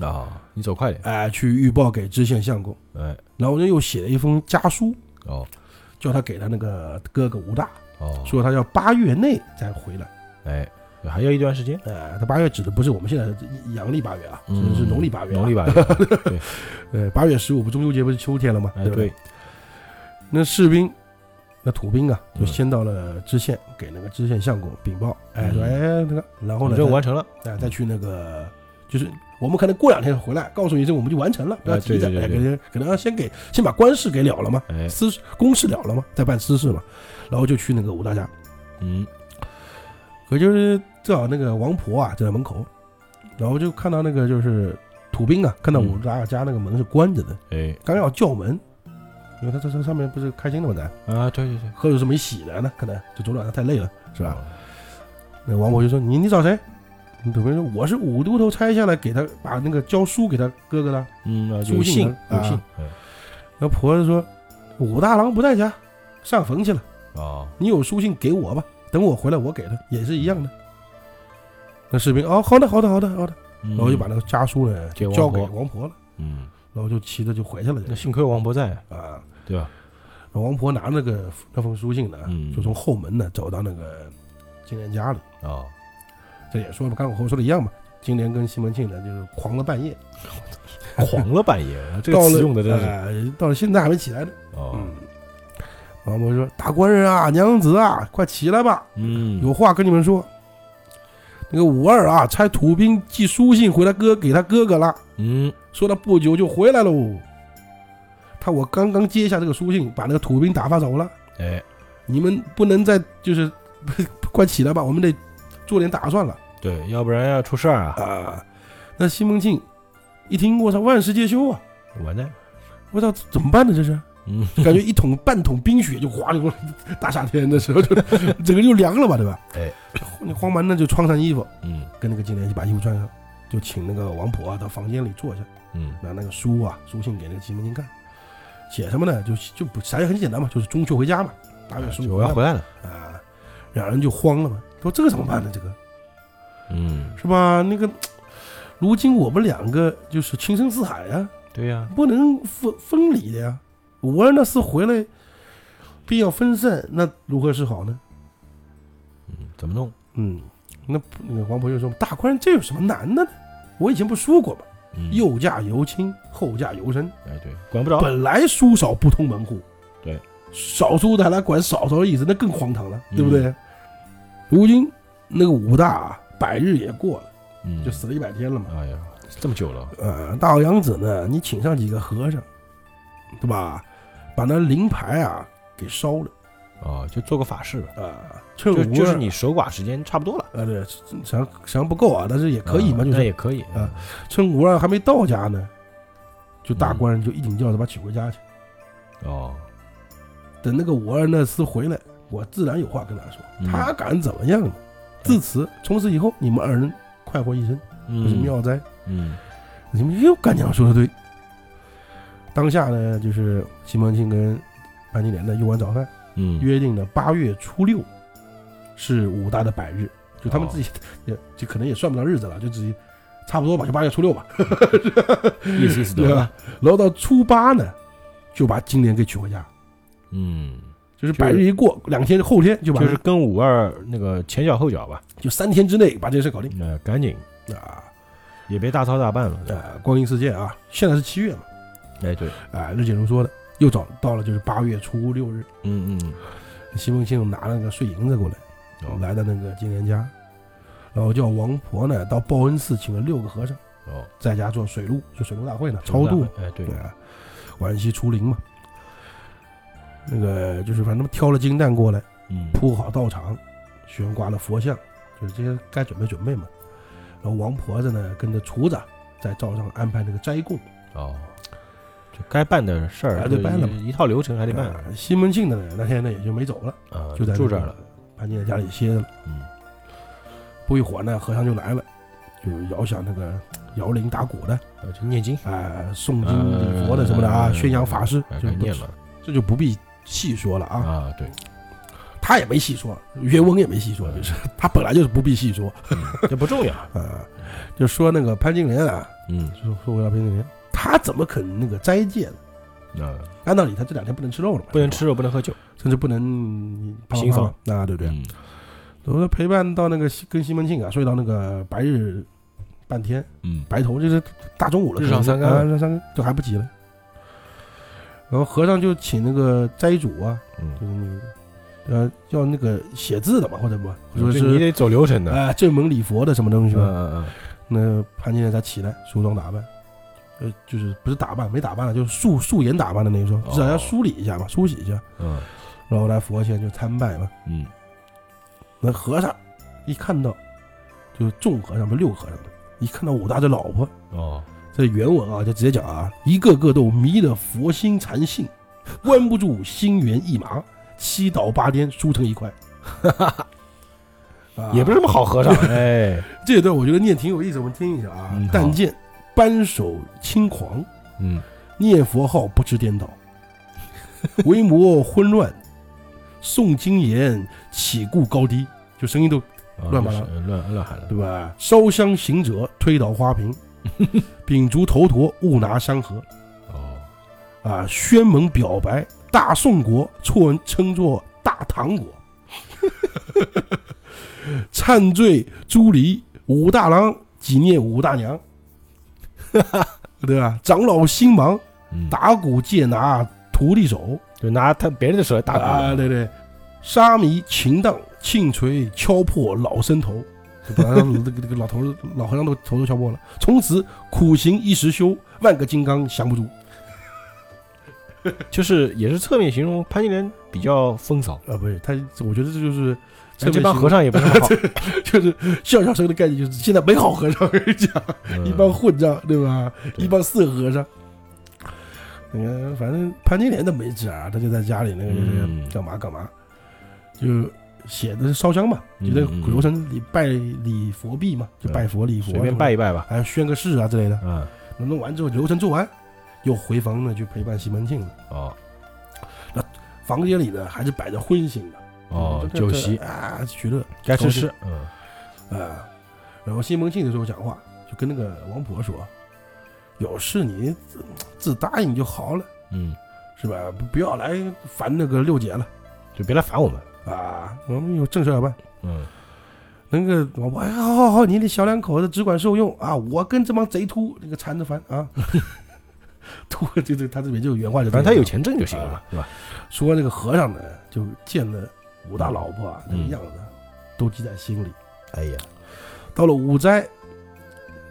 Speaker 1: 啊，你走快点，
Speaker 2: 啊，去预报给知县相公，
Speaker 1: 哎
Speaker 2: 然后呢又写了一封家书，
Speaker 1: 哦
Speaker 2: 叫他给他那个哥哥吴大，
Speaker 1: 哦，
Speaker 2: 说他要八月内再回来。
Speaker 1: 哎还要一段时间，
Speaker 2: 呃，他八月指的不是我们现在的阳历八月啊，
Speaker 1: 嗯
Speaker 2: 是是农历八月啊、
Speaker 1: 农历八月， 对，
Speaker 2: 呃，八月十五不中秋节不是秋天了吗？
Speaker 1: 哎
Speaker 2: 对不
Speaker 1: 对，
Speaker 2: 那士兵，那土兵啊，就
Speaker 1: 嗯
Speaker 2: 先到了知县，给那个知县相公禀报，哎，
Speaker 1: 嗯
Speaker 2: 说哎那个，然后呢，
Speaker 1: 任务完成了，
Speaker 2: 再哎再去那个，就是我们可能过两天回来，告诉你这我们就完成了，不要
Speaker 1: 哎
Speaker 2: 急着，
Speaker 1: 对对
Speaker 2: 哎，
Speaker 1: 对
Speaker 2: 可能可能要先给先把官事给了了嘛，
Speaker 1: 哎
Speaker 2: 私事公事了了嘛，再办私事嘛，然后就去那个武大家，
Speaker 1: 嗯
Speaker 2: 可就是正好那个王婆啊就在门口，然后就看到那个就是土兵啊，
Speaker 1: 嗯
Speaker 2: 看到武大家那个门是关着的，
Speaker 1: 哎
Speaker 2: 刚要叫门，因为他这这上面不是开心的嘛，在。
Speaker 1: 啊对对对，
Speaker 2: 喝酒是没洗的呢，可能就昨晚上太累了，是吧？
Speaker 1: 吧？
Speaker 2: 那王婆就说：“你你找谁？”土匪说：“我是五都头拆下来给他把那个教书给他哥哥的。
Speaker 1: 嗯啊，
Speaker 2: 书
Speaker 1: 有
Speaker 2: 信
Speaker 1: 信有
Speaker 2: 啊
Speaker 1: 信，哎”
Speaker 2: 那婆子说：“武大郎不在家，上坟去了。
Speaker 1: 哦，
Speaker 2: 你有书信给我吧，等我回来我给他，也是一样的。那士兵哦，好的，好的，好的，好的，
Speaker 1: 嗯
Speaker 2: 然后就把那个家书呢
Speaker 1: 给王
Speaker 2: 交给
Speaker 1: 婆
Speaker 2: 王婆了，
Speaker 1: 嗯，
Speaker 2: 然后就骑着就回去了
Speaker 1: 那幸亏王婆在，
Speaker 2: 啊。
Speaker 1: 对吧？
Speaker 2: 然后王婆拿那个那封书信呢，
Speaker 1: 嗯
Speaker 2: 就从后门呢走到那个金莲家里。
Speaker 1: 哦，
Speaker 2: 这也说了，刚刚我和我说的一样嘛。金莲跟西门庆呢，就是狂了半夜，
Speaker 1: 狂了半夜， 这个
Speaker 2: 到了
Speaker 1: 词用的真是
Speaker 2: 呃到了现在还没起来呢。
Speaker 1: 哦，
Speaker 2: 嗯，王婆说：“大官人啊，娘子啊，快起来吧，
Speaker 1: 嗯，
Speaker 2: 有话跟你们说。那个武二啊，差土兵寄书信回他哥给他哥哥了，
Speaker 1: 嗯，
Speaker 2: 说他不久就回来喽。他我刚刚接下这个书信，把那个土兵打发走了。
Speaker 1: 哎，
Speaker 2: 你们不能再就是 快起来吧，我们得做点打算了
Speaker 1: 对，要不然要出事儿啊，
Speaker 2: 啊。那西门庆一听，我操，万事皆休啊！
Speaker 1: 完蛋，
Speaker 2: 我操，怎么办呢？这是
Speaker 1: 嗯，
Speaker 2: 感觉一桶半桶冰雪就哗流了，大夏天的时候就整个就凉了吧，对吧？
Speaker 1: 哎，
Speaker 2: 你慌忙呢就穿上衣服，
Speaker 1: 嗯
Speaker 2: 跟那个金莲就把衣服穿上，就请那个王婆啊到房间里坐下，
Speaker 1: 嗯，
Speaker 2: 拿那个书啊书信给那个西门庆看，写什么呢？就就不啥也很简单嘛，就是中秋回家嘛，八月十五
Speaker 1: 我要回来了，
Speaker 2: 啊，两人就慌了嘛，说这个怎么办呢？这个
Speaker 1: 嗯，
Speaker 2: 是吧？那个，如今我们两个就是情深似海啊，
Speaker 1: 对呀，
Speaker 2: 不能分分离的呀。我那次回来，必要分散，那如何是好呢？
Speaker 1: 嗯，怎么弄？
Speaker 2: 嗯，那那个王婆又说：“大官人，这有什么难的呢？我以前不说过吗？
Speaker 1: 嗯，
Speaker 2: 右嫁犹亲，后嫁犹深，
Speaker 1: 哎，对，管不着，
Speaker 2: 本来叔少不通门户，
Speaker 1: 对，
Speaker 2: 少叔的还来管嫂嫂的意思，那更荒唐了，
Speaker 1: 嗯
Speaker 2: 对不对？如今那个武大啊百日也过了，
Speaker 1: 嗯，
Speaker 2: 就死了一百天了嘛。
Speaker 1: 哎呀，这么久了，
Speaker 2: 呃，大王子呢，你请上几个和尚，对吧？把那灵牌啊给烧了
Speaker 1: 啊，就做个法事吧，
Speaker 2: 啊、趁
Speaker 1: 就
Speaker 2: 武
Speaker 1: 就是
Speaker 2: 二
Speaker 1: 你守寡时间差不多了，
Speaker 2: 呃，对，实际上实际上不够啊，但是也可以嘛，
Speaker 1: 啊
Speaker 2: 就
Speaker 1: 那
Speaker 2: 是
Speaker 1: 也可以
Speaker 2: 啊，趁武二还没到家呢，就
Speaker 1: 嗯
Speaker 2: 大官人就一顶轿子把他娶回家去。
Speaker 1: 哦，
Speaker 2: 等那个武二那厮回来，我自然有话跟他说，
Speaker 1: 嗯
Speaker 2: 他敢怎么样呢？自此，从此以后，你们二人快活一生，不是
Speaker 1: 嗯，
Speaker 2: 妙哉。
Speaker 1: 嗯，
Speaker 2: 你们又干娘说的对。当下呢，就是西门庆跟潘金莲呢用完早饭，
Speaker 1: 嗯，
Speaker 2: 约定了八月初六是武大的百日，就
Speaker 1: 哦
Speaker 2: 他们自己、也就可能也算不上日子了，就自己差不多吧，就八月初六吧，
Speaker 1: 意思意思得
Speaker 2: 对
Speaker 1: 了
Speaker 2: 吧，？然后到初八呢，就把金莲给娶回家，
Speaker 1: 嗯，
Speaker 2: 就是百日一过，两天后天就把
Speaker 1: 就是跟五二那个前脚后脚吧，
Speaker 2: 就三天之内把这事搞定
Speaker 1: 那赶紧
Speaker 2: 啊
Speaker 1: 也别大操大办了，
Speaker 2: 呃，光阴似箭啊，现在是七月嘛，
Speaker 1: 哎对，
Speaker 2: 啊、日姐如说的，又早到了就是八月初六日，
Speaker 1: 嗯嗯，
Speaker 2: 西门庆拿了个碎银子过来。
Speaker 1: 哦
Speaker 2: 来到那个金莲家，然后叫王婆呢到报恩寺请了六个和尚，
Speaker 1: 哦，
Speaker 2: 在家做水陆，就水陆大会呢，超度，
Speaker 1: 哎对，
Speaker 2: 啊，惋惜除灵嘛。那个就是反正挑了金蛋过来，
Speaker 1: 嗯，
Speaker 2: 铺好道场，悬挂了佛像，就是这些该准备准备嘛。然后王婆子呢跟着厨子在灶上安排那个斋供，
Speaker 1: 哦，就该办的事儿
Speaker 2: 哎对
Speaker 1: 就
Speaker 2: 办了
Speaker 1: 一一套流程还得办
Speaker 2: 啊西门庆的呢那天呢也就没走了，
Speaker 1: 啊，
Speaker 2: 哎就在
Speaker 1: 住
Speaker 2: 那
Speaker 1: 这儿
Speaker 2: 个
Speaker 1: 了，
Speaker 2: 潘金莲家里歇着了。
Speaker 1: 嗯，
Speaker 2: 不一会儿呢，和尚就来了，就是摇响那个摇铃打鼓的，
Speaker 1: 呃就念经，
Speaker 2: 啊，诵经礼佛的什么的啊，
Speaker 1: 呃
Speaker 2: 宣扬法师
Speaker 1: 哎，
Speaker 2: 这
Speaker 1: 该
Speaker 2: 就不
Speaker 1: 念了
Speaker 2: 这就不必细说了啊。
Speaker 1: 啊，对，
Speaker 2: 他也没细说，原文也没细说，就是他本来就是不必细说
Speaker 1: 嗯这不重 要，
Speaker 2: 啊。就说那个潘金莲啊，
Speaker 1: 嗯，
Speaker 2: 就说说回到潘金莲，他怎么肯那个斋戒呢？
Speaker 1: 嗯那
Speaker 2: 按道理他这两天不能吃肉了嘛，
Speaker 1: 不能
Speaker 2: 是吧，
Speaker 1: 吃肉，不能喝酒，
Speaker 2: 甚至不能
Speaker 1: 行
Speaker 2: 放啊，对不对？
Speaker 1: 嗯，
Speaker 2: 我说陪伴到那个西跟西门庆啊，睡到那个白日半天，
Speaker 1: 嗯，
Speaker 2: 白头就是大中午了，
Speaker 1: 日上三竿
Speaker 2: 啊，日上三竿就还不急了。然后和尚就请那个斋主啊，
Speaker 1: 嗯
Speaker 2: 就是那个呃要那个写字的嘛，或者不，或者
Speaker 1: 就你
Speaker 2: 是
Speaker 1: 得走流程的，
Speaker 2: 啊正门礼佛的什么东西
Speaker 1: 嗯
Speaker 2: 吧。
Speaker 1: 嗯
Speaker 2: 那潘金莲才起来，梳妆打扮，呃，就是不是打扮，没打扮了，啊就是素素颜打扮的那一种，至少要
Speaker 1: 哦
Speaker 2: 梳理一下嘛，梳洗一下，
Speaker 1: 嗯
Speaker 2: 然后来佛前就参拜嘛。
Speaker 1: 嗯
Speaker 2: 那和尚一看到，就是众和尚不是六个和尚嘛一看到武大这老婆，
Speaker 1: 嗯，哦，
Speaker 2: 这原文啊，就直接讲啊，一个个都迷得佛心禅性， 关不住心猿意马，七倒八颠，输成 一块。啊
Speaker 1: 也不是什么好和尚， 哎，
Speaker 2: 这一段，我觉得念挺有意思，我们听一下啊。
Speaker 1: 嗯好
Speaker 2: 但见扳手轻狂，
Speaker 1: 嗯，
Speaker 2: 念佛号不知颠倒，为魔混乱，宋金言岂顾高低，就声音都
Speaker 1: 啊
Speaker 2: 乱
Speaker 1: 就
Speaker 2: 八
Speaker 1: 是
Speaker 2: 糟
Speaker 1: 呃乱乱喊了，
Speaker 2: 对吧？烧香行者推倒 花瓶，秉烛头陀误拿山河
Speaker 1: 哦，
Speaker 2: 啊！宣盟表白，大宋国错人称作大唐国， 忏罪朱离武大郎纪念武大娘，对吧？长老兴忙
Speaker 1: 嗯，
Speaker 2: 打鼓借拿徒弟手，
Speaker 1: 就拿他别人的手来打
Speaker 2: 啊，
Speaker 1: 鼓，
Speaker 2: 对对，沙弥秦荡庆锤敲破老僧头，就把他这个这个老头儿老和尚都头都敲破了。从此苦行一时休，万个金刚降不住。
Speaker 1: 就是也是侧面形容潘金莲比较风骚，
Speaker 2: 啊，不是他，我觉得这就是
Speaker 1: 哎这帮和尚也不是很好，
Speaker 2: 就是笑笑生的概念，就是现在没好和尚， 我跟你讲，
Speaker 1: 嗯
Speaker 2: 一帮混账，对吧？
Speaker 1: 对
Speaker 2: 一帮色和尚。那个，反正潘金莲的没纸啊，他就在家里那个就是
Speaker 1: 嗯
Speaker 2: 干嘛干嘛，就写的是烧香嘛，
Speaker 1: 嗯
Speaker 2: 就在
Speaker 1: 嗯嗯
Speaker 2: 流程里拜礼佛币嘛，就
Speaker 1: 对
Speaker 2: 拜佛礼佛，
Speaker 1: 随便拜，一拜吧，
Speaker 2: 还有宣个誓啊之类的。
Speaker 1: 嗯，
Speaker 2: 弄完之后流程做完，又回房呢去陪伴西门庆了。
Speaker 1: 哦
Speaker 2: 房间里呢还是摆着荤腥的，
Speaker 1: 哦，
Speaker 2: 这
Speaker 1: 酒
Speaker 2: 个
Speaker 1: 席
Speaker 2: 啊，取乐
Speaker 1: 该吃
Speaker 2: 重新
Speaker 1: 吃，嗯，
Speaker 2: 啊。然后西门庆的时候讲话，就跟那个王婆说：“有事你自自答应就好了，
Speaker 1: 嗯，
Speaker 2: 是吧？不不要来烦那个六姐了
Speaker 1: 就别来烦我们，
Speaker 2: 啊，我们有正事要办。”
Speaker 1: 嗯，
Speaker 2: 那个王婆，哎，好好好，你那小两口子只管受用啊！我跟这帮贼秃那个缠着烦 啊！秃就这，他这边就有原话就这
Speaker 1: 反正
Speaker 2: 样，
Speaker 1: 他有钱挣就行了嘛，对吧？
Speaker 2: 说那个和尚呢，就见了武大老婆啊，那个
Speaker 1: 嗯
Speaker 2: 样子，都记在心里。
Speaker 1: 哎呀，
Speaker 2: 到了五斋，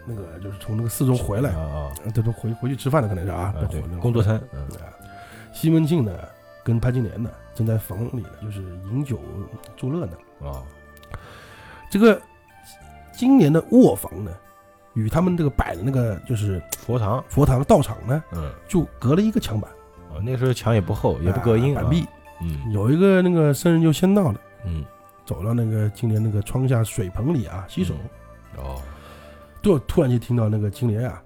Speaker 2: 那个就是从那个寺中回来，
Speaker 1: 啊
Speaker 2: 这都回回去吃饭了，可能是
Speaker 1: 啊，
Speaker 2: 啊
Speaker 1: 啊，对
Speaker 2: 哦回，
Speaker 1: 工作餐，嗯，
Speaker 2: 啊。西门庆呢，跟潘金莲呢，正在房里呢，就是饮酒作乐呢。
Speaker 1: 哦，
Speaker 2: 这个今年的卧房呢，与他们这个摆的那个就是
Speaker 1: 佛堂，
Speaker 2: 佛堂道场呢，
Speaker 1: 嗯，
Speaker 2: 就隔了一个墙板，
Speaker 1: 哦，那时候墙也不厚，也不隔音，
Speaker 2: 啊
Speaker 1: 啊
Speaker 2: 板壁。
Speaker 1: 嗯
Speaker 2: 有一个那个僧人就先到了，
Speaker 1: 嗯，
Speaker 2: 走到那个金莲那个窗下水盆里啊洗手，
Speaker 1: 哦，
Speaker 2: 就突然就听到那个金莲啊，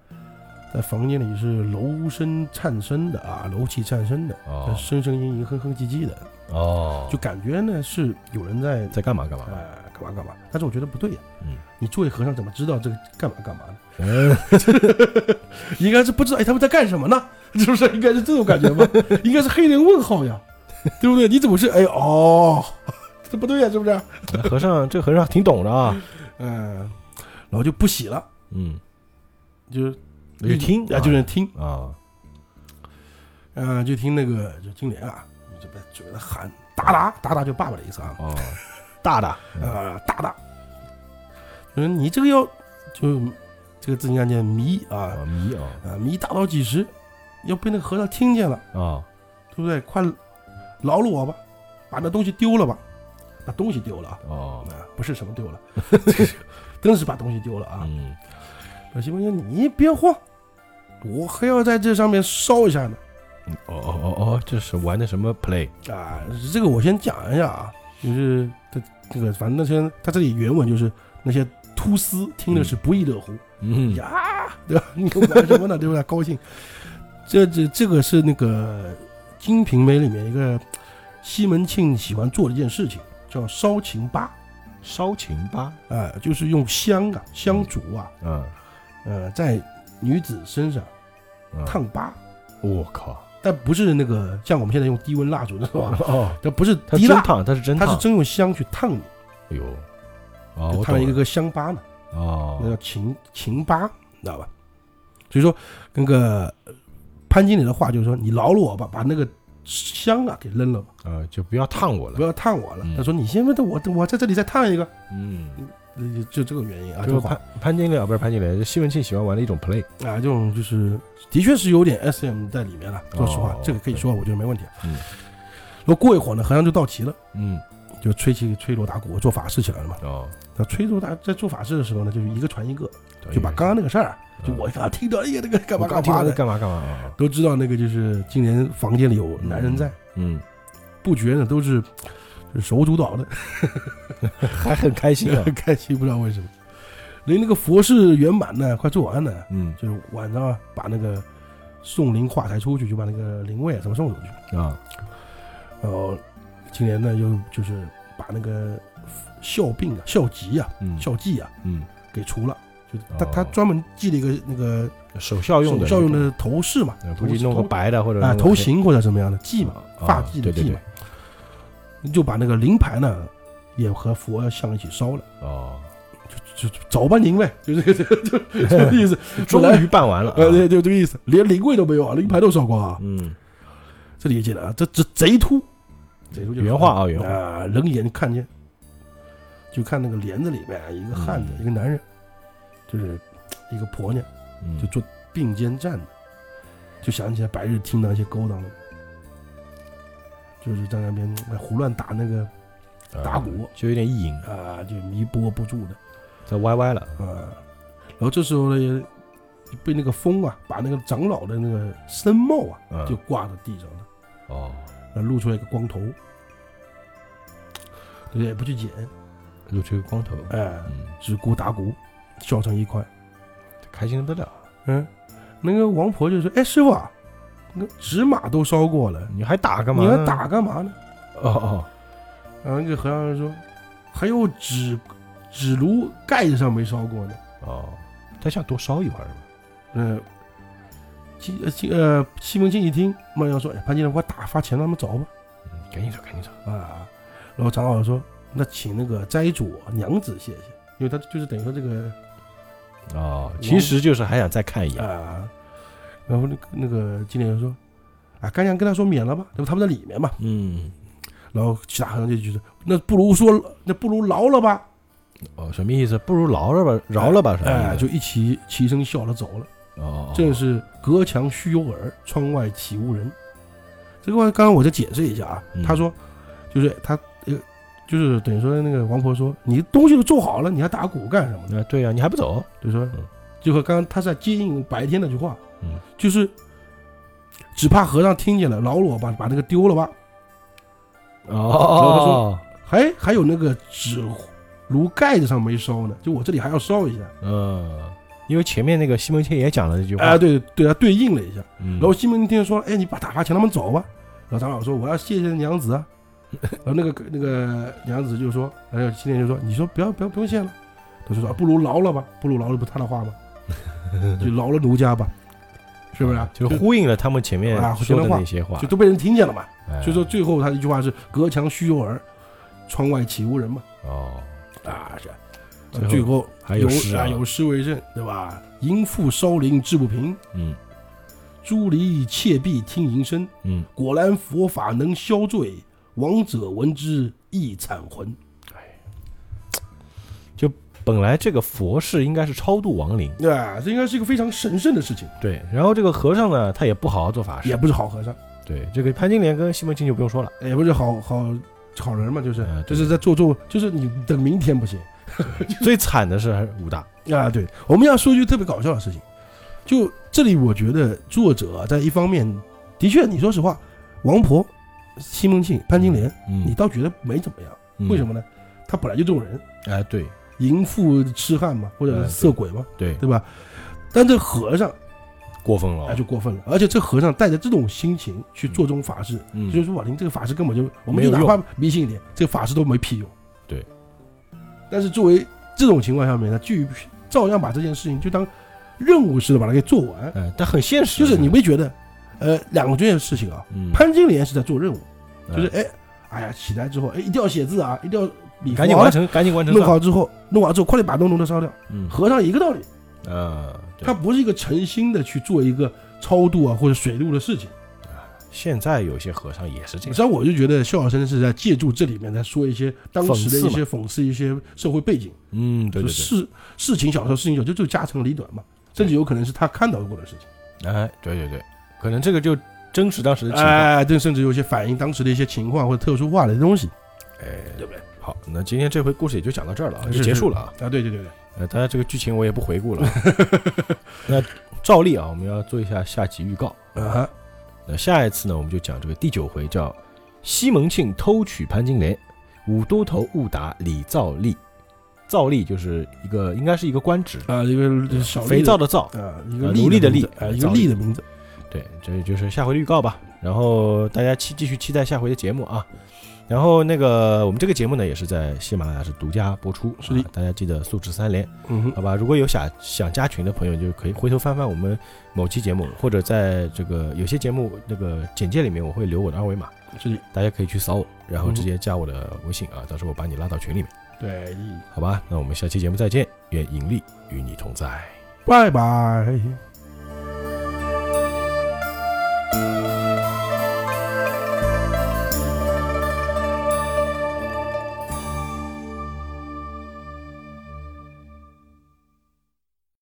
Speaker 2: 在房间里是楼声颤声的啊，楼气颤声的，
Speaker 1: 哦
Speaker 2: 在声声音音哼哼唧唧的，
Speaker 1: 哦，
Speaker 2: 就感觉呢是有人在
Speaker 1: 在干嘛干嘛，
Speaker 2: 呃干嘛干嘛，但是我觉得不对呀、
Speaker 1: 嗯
Speaker 2: 你作为和尚怎么知道这个干嘛干嘛呢？
Speaker 1: 嗯，
Speaker 2: 应该是不知道哎他们在干什么呢？ 是不是应该是这种感觉 吧？应该是黑人问号呀，对不对？你怎么是哎哦， 这不对呀、是不是？
Speaker 1: 和尚这和尚挺懂的 啊，
Speaker 2: 嗯，然后就不洗了，
Speaker 1: 嗯，
Speaker 2: 就是
Speaker 1: 我就听
Speaker 2: 啊，就在那听，
Speaker 1: 嗯啊，
Speaker 2: 嗯、就听那个就金莲啊，就在嘴在喊达达达达，就爸爸的意思啊，
Speaker 1: 哦，大大，嗯
Speaker 2: 啊达达，就是嗯你这个要就这个字应该念迷啊
Speaker 1: 啊迷啊
Speaker 2: 啊迷达到几时，要被那个和尚听见了，
Speaker 1: 啊，
Speaker 2: 对不对？快饶了我吧，把那东西丢了吧，把东西丢了啊，
Speaker 1: 哦，
Speaker 2: 啊不是什么丢了， 真是把东西丢了啊。
Speaker 1: 嗯，
Speaker 2: 老西门庆，你别慌，我还要在这上面烧一下呢。
Speaker 1: 哦哦哦哦，这是玩的什么 play？
Speaker 2: 啊，这个我先讲一下啊，就是他这个，反正那些他这里原文就是那些秃丝听的是不亦乐乎、
Speaker 1: 嗯，
Speaker 2: 呀， 对吧？你玩什么呢？对不对？高兴。这这这个是那个《金瓶梅》里面一个西门庆喜欢做的一件事情，叫烧琴吧。
Speaker 1: 烧琴吧，
Speaker 2: 啊、就是用香啊、香烛啊，
Speaker 1: 嗯，
Speaker 2: 呃，在女子身上
Speaker 1: 嗯，
Speaker 2: 烫疤，
Speaker 1: 我靠，
Speaker 2: 但不是那个像我们现在用低温蜡烛那种啊，
Speaker 1: 哦，
Speaker 2: 这不是
Speaker 1: 他
Speaker 2: 低
Speaker 1: 真
Speaker 2: 蜡，
Speaker 1: 烫，他是真
Speaker 2: 它
Speaker 1: 烫，
Speaker 2: 是真用香去烫你，
Speaker 1: 哎呦，哦，
Speaker 2: 就
Speaker 1: 我
Speaker 2: 烫
Speaker 1: 懂
Speaker 2: 一个
Speaker 1: 了，
Speaker 2: 个香疤呢，那叫
Speaker 1: 哦，
Speaker 2: 情情疤，你知道吧？所以说那个潘经理的话就是说，你饶了我吧，把那个香啊给扔了吧，
Speaker 1: 呃，就不要烫我
Speaker 2: 不
Speaker 1: 了，
Speaker 2: 要烫我了。
Speaker 1: 嗯
Speaker 2: 他说你先不等我，我在这里再烫一个，
Speaker 1: 嗯，
Speaker 2: 呃就这个原因啊，
Speaker 1: 就
Speaker 2: 这
Speaker 1: 潘
Speaker 2: 话
Speaker 1: 潘金莲啊，不是潘金莲，西门庆喜欢玩的一种 play，
Speaker 2: 啊，这种就是的确是有点 S M 在里面了。说实话
Speaker 1: 哦，
Speaker 2: 这个可以说，我觉得没问题。
Speaker 1: 嗯，
Speaker 2: 那过一会儿呢，和尚就到齐了，
Speaker 1: 嗯，
Speaker 2: 就吹起吹锣打鼓做法事起来了嘛。
Speaker 1: 哦，
Speaker 2: 那吹锣打在做法事的时候呢，就是一个传一个，
Speaker 1: 对
Speaker 2: 就把刚刚那个事儿，
Speaker 1: 哎
Speaker 2: 啊
Speaker 1: 嗯
Speaker 2: 就我刚听到哎呀那个干嘛
Speaker 1: 我刚
Speaker 2: 干
Speaker 1: 听
Speaker 2: 嘛
Speaker 1: 到
Speaker 2: 的
Speaker 1: 在，干嘛干嘛啊，啊
Speaker 2: 都知道那个就是今年房间里有男人在，
Speaker 1: 嗯，
Speaker 2: 不觉呢都是就是手舞足蹈的，
Speaker 1: 还很开心啊，
Speaker 2: 很 开心，不知道为什么。离那个佛事圆满呢，快做完了，
Speaker 1: 嗯
Speaker 2: 就是晚上啊把那个啊送灵化财出去，就把那个灵位啊什么送出去，
Speaker 1: 啊，
Speaker 2: 然后今年呢又就是把那个校病啊、校籍啊、
Speaker 1: 嗯
Speaker 2: 校纪啊
Speaker 1: 嗯，
Speaker 2: 给除了，就他
Speaker 1: 哦
Speaker 2: 他专门记了一个那个
Speaker 1: 手效用的
Speaker 2: 效用
Speaker 1: 那
Speaker 2: 的头饰嘛
Speaker 1: 种，呃，
Speaker 2: 头
Speaker 1: 估计弄个
Speaker 2: 头
Speaker 1: 白的或者
Speaker 2: 啊
Speaker 1: 弄个
Speaker 2: 头
Speaker 1: 黑
Speaker 2: 型或者什么样的髻嘛，
Speaker 1: 啊
Speaker 2: 发髻
Speaker 1: 对
Speaker 2: 的
Speaker 1: 对
Speaker 2: 髻嘛，就把那个灵牌呢也和佛像一起烧了，
Speaker 1: 哦，
Speaker 2: 就就找吧您呗，就这个这个就 就这个意思，
Speaker 1: 终
Speaker 2: 本来
Speaker 1: 于办完了啊，
Speaker 2: 呃对就这个意思，连灵位都没有啊，灵牌都烧光啊，
Speaker 1: 嗯，
Speaker 2: 这理解了啊，这这贼秃，贼秃就是
Speaker 1: 原话啊原话
Speaker 2: 啊，人眼看见，就看那个帘子里面啊，一个汉子，
Speaker 1: 嗯
Speaker 2: 一个男人，就是一个婆娘，
Speaker 1: 嗯
Speaker 2: 就坐并肩站着，就想起来白日听到一些勾当了，就是在那边哎胡乱打那个
Speaker 1: 啊
Speaker 2: 打鼓
Speaker 1: 就有点意淫，
Speaker 2: 啊，就迷波不住的
Speaker 1: 在歪歪了，
Speaker 2: 啊，然后这时候呢，也被那个风啊，把那个长老的那个僧帽啊，
Speaker 1: 嗯，
Speaker 2: 就挂在地上了。
Speaker 1: 哦，
Speaker 2: 呃，露出来一个光头，对，也不去剪，
Speaker 1: 露出个光头，
Speaker 2: 哎、
Speaker 1: 嗯，
Speaker 2: 只顾打鼓，笑成一块。
Speaker 1: 开心的不得了，
Speaker 2: 嗯，那个王婆就说：“哎，师傅啊，那个纸马都烧过了，
Speaker 1: 你还打干嘛
Speaker 2: 你
Speaker 1: 呢？
Speaker 2: 要打干嘛呢
Speaker 1: 哦哦，？”
Speaker 2: 然后那个和尚就说：“还有纸纸炉盖子上没烧过呢。
Speaker 1: 哦，他想多烧一会儿嘛，
Speaker 2: 嗯，西呃西呃西门庆一听，孟阳说：“哎，潘金莲，我打发钱让他们找吧。”
Speaker 1: 嗯赶紧走，赶紧走，
Speaker 2: 啊，然后长老说：“那请那个斋主娘子谢谢，因为他就是等于说这个
Speaker 1: 哦，其实就是还想再看一眼，
Speaker 2: 啊，然后那个那个经理人说，啊，干娘跟他说免了吧，那不他们在里面嘛。
Speaker 1: 嗯，
Speaker 2: 然后其他和尚就觉得，那不如说，那不如饶了吧，
Speaker 1: 哦，什么意思？不如饶了吧，饶了吧，什么
Speaker 2: 哎，
Speaker 1: 意思？
Speaker 2: 就一起齐声笑了走了。
Speaker 1: 哦，
Speaker 2: 正是隔墙须有耳，窗外岂无人。这个话刚刚我再解释一下啊
Speaker 1: 嗯，
Speaker 2: 他说，就是他呃，就是等于说那个王婆说，你东西都做好了，你还打鼓干什么呢？
Speaker 1: 那对呀，你还不走？
Speaker 2: 就说
Speaker 1: 嗯，
Speaker 2: 就和刚刚他是在接应白天那句话，
Speaker 1: 嗯，
Speaker 2: 就是只怕和尚听见了，饶了我吧，把那个丢了吧。他
Speaker 1: 哦
Speaker 2: 说，还哎还有那个纸炉盖子上没烧呢，就我这里还要烧一下。
Speaker 1: 嗯，因为前面那个西门庆也讲了这句话，
Speaker 2: 哎、对对，他对应了一下。
Speaker 1: 嗯，
Speaker 2: 然后西门庆说：“哎，你把打发钱他们走吧。”然后长老说：“我要谢谢娘 子啊。”然后那个那个娘子就说：“哎然后青年就说，你说不要不要不用谢了。”他就说：“啊不如饶了吧，不如饶了不是他 的话吗？就饶了奴家吧，是不是啊？
Speaker 1: 就是呼应了他们前面
Speaker 2: 啊
Speaker 1: 说的那些话
Speaker 2: 就，都被人听见了嘛。
Speaker 1: 哎
Speaker 2: 所以说最后他一句话是“隔墙须有耳，窗外岂无人”嘛。
Speaker 1: 哦，
Speaker 2: 啊，是。
Speaker 1: 最后
Speaker 2: 最后
Speaker 1: 还有诗
Speaker 2: 有
Speaker 1: 啊
Speaker 2: 啊，有诗为证，对吧？淫妇烧林志不平，
Speaker 1: 嗯
Speaker 2: 朱篱切壁听淫声。
Speaker 1: 嗯，
Speaker 2: 果然佛法能消罪，亡者闻之亦惨魂。
Speaker 1: 本来这个佛事应该是超度亡灵，
Speaker 2: 对吧？啊这应该是一个非常神圣的事情，
Speaker 1: 对，然后这个和尚呢，他也不好好做法
Speaker 2: 也
Speaker 1: 事，
Speaker 2: 啊不是好和尚，
Speaker 1: 对，这个潘金莲跟西门庆就不用说了，
Speaker 2: 也不是好好好人嘛，就是
Speaker 1: 哎对
Speaker 2: 就是在做做，就是你等明天不行。
Speaker 1: 最惨的是还是武大，
Speaker 2: 啊，对，我们要说一句特别搞笑的事情，就这里我觉得作者啊在一方面的确，你说实话，王婆、西门庆、潘金莲，你
Speaker 1: 嗯，
Speaker 2: 倒觉得没怎么样，为什
Speaker 1: 么？
Speaker 2: 么呢？他本来就这种人，
Speaker 1: 哎，对
Speaker 2: 淫妇痴汉嘛，或
Speaker 1: 哎
Speaker 2: 者
Speaker 1: 对
Speaker 2: 色鬼嘛，
Speaker 1: 对，
Speaker 2: 对吧？但这和尚
Speaker 1: 过分
Speaker 2: 那
Speaker 1: 了
Speaker 2: 啊就，过分了，而且这和尚带着这种心情去做这种法事，
Speaker 1: 嗯
Speaker 2: 就是说瓦林这个法师根本就，我
Speaker 1: 没
Speaker 2: 们
Speaker 1: 有
Speaker 2: 就哪怕迷信一点，这个法师都没屁用。
Speaker 1: 对。
Speaker 2: 但是作为这种情况下面呢，继续照样把这件事情就当任务似的把它给做完，
Speaker 1: 哎，但很现实，
Speaker 2: 就是你没觉得，呃，两个这件事情啊，
Speaker 1: 嗯，
Speaker 2: 潘金莲是在做任务，就是
Speaker 1: 哎
Speaker 2: 哎，哎呀，起来之后，哎，一定要写字啊，一定要礼服
Speaker 1: 赶紧
Speaker 2: 好
Speaker 1: 完
Speaker 2: 了
Speaker 1: 成，赶紧完成
Speaker 2: 弄
Speaker 1: 上，
Speaker 2: 好之后，弄完之后快点把弄弄的烧掉。
Speaker 1: 嗯
Speaker 2: 和尚也一个道理，
Speaker 1: 啊，对
Speaker 2: 他不是一个诚心的去做一个超度啊或者水路的事情。
Speaker 1: 现在有些和尚也是这
Speaker 2: 实际
Speaker 1: 样，
Speaker 2: 上，我就觉得肖小生是在借助这里面在说一些当时的一些讽刺一些社会背景，
Speaker 1: 嗯，对
Speaker 2: 就
Speaker 1: 对对，
Speaker 2: 事事情小时候事情小，就就家长里短嘛，甚至有可能是他看到过的事情，
Speaker 1: 哎，对对对，可能这个就真实当时的情况。
Speaker 2: 哎，这甚至有些反映当时的一些情况或者特殊化的东西，
Speaker 1: 哎，
Speaker 2: 对不对？
Speaker 1: 好，那今天这回故事也就讲到这儿了，啊，
Speaker 2: 是
Speaker 1: 就结束了啊。
Speaker 2: 啊，对对对对，
Speaker 1: 呃，当然这个剧情我也不回顾了。 那照例啊，我们要做一下下集预告。
Speaker 2: 啊哈，
Speaker 1: 那下一次呢，我们就讲这个第九回，叫西门庆偷取潘金莲，武都头误打李兆立。兆立就是一个，应该是一个官职，
Speaker 2: 啊，一个小
Speaker 1: 肥皂
Speaker 2: 的
Speaker 1: 的皂。
Speaker 2: 啊，一个
Speaker 1: 奴隶的
Speaker 2: 力
Speaker 1: 力
Speaker 2: 啊，一个力的名字，
Speaker 1: 对，这就是下回的预告吧。然后大家期继续期待下回的节目啊。然后那个我们这个节目呢，也是在喜马拉雅是独家播出，
Speaker 2: 是的
Speaker 1: 啊大家记得素质三连，
Speaker 2: 嗯哼，
Speaker 1: 好吧？如果有想想加群的朋友，就可以回头翻翻我们某期节目，或者在这个有些节目那个简介里面，我会留我的二维码，
Speaker 2: 是的，
Speaker 1: 大家可以去扫我，然后直接加我的微信啊，到时候我把你拉到群里面，
Speaker 2: 对，
Speaker 1: 好吧？那我们下期节目再见，愿引力与你同在。
Speaker 2: 拜拜。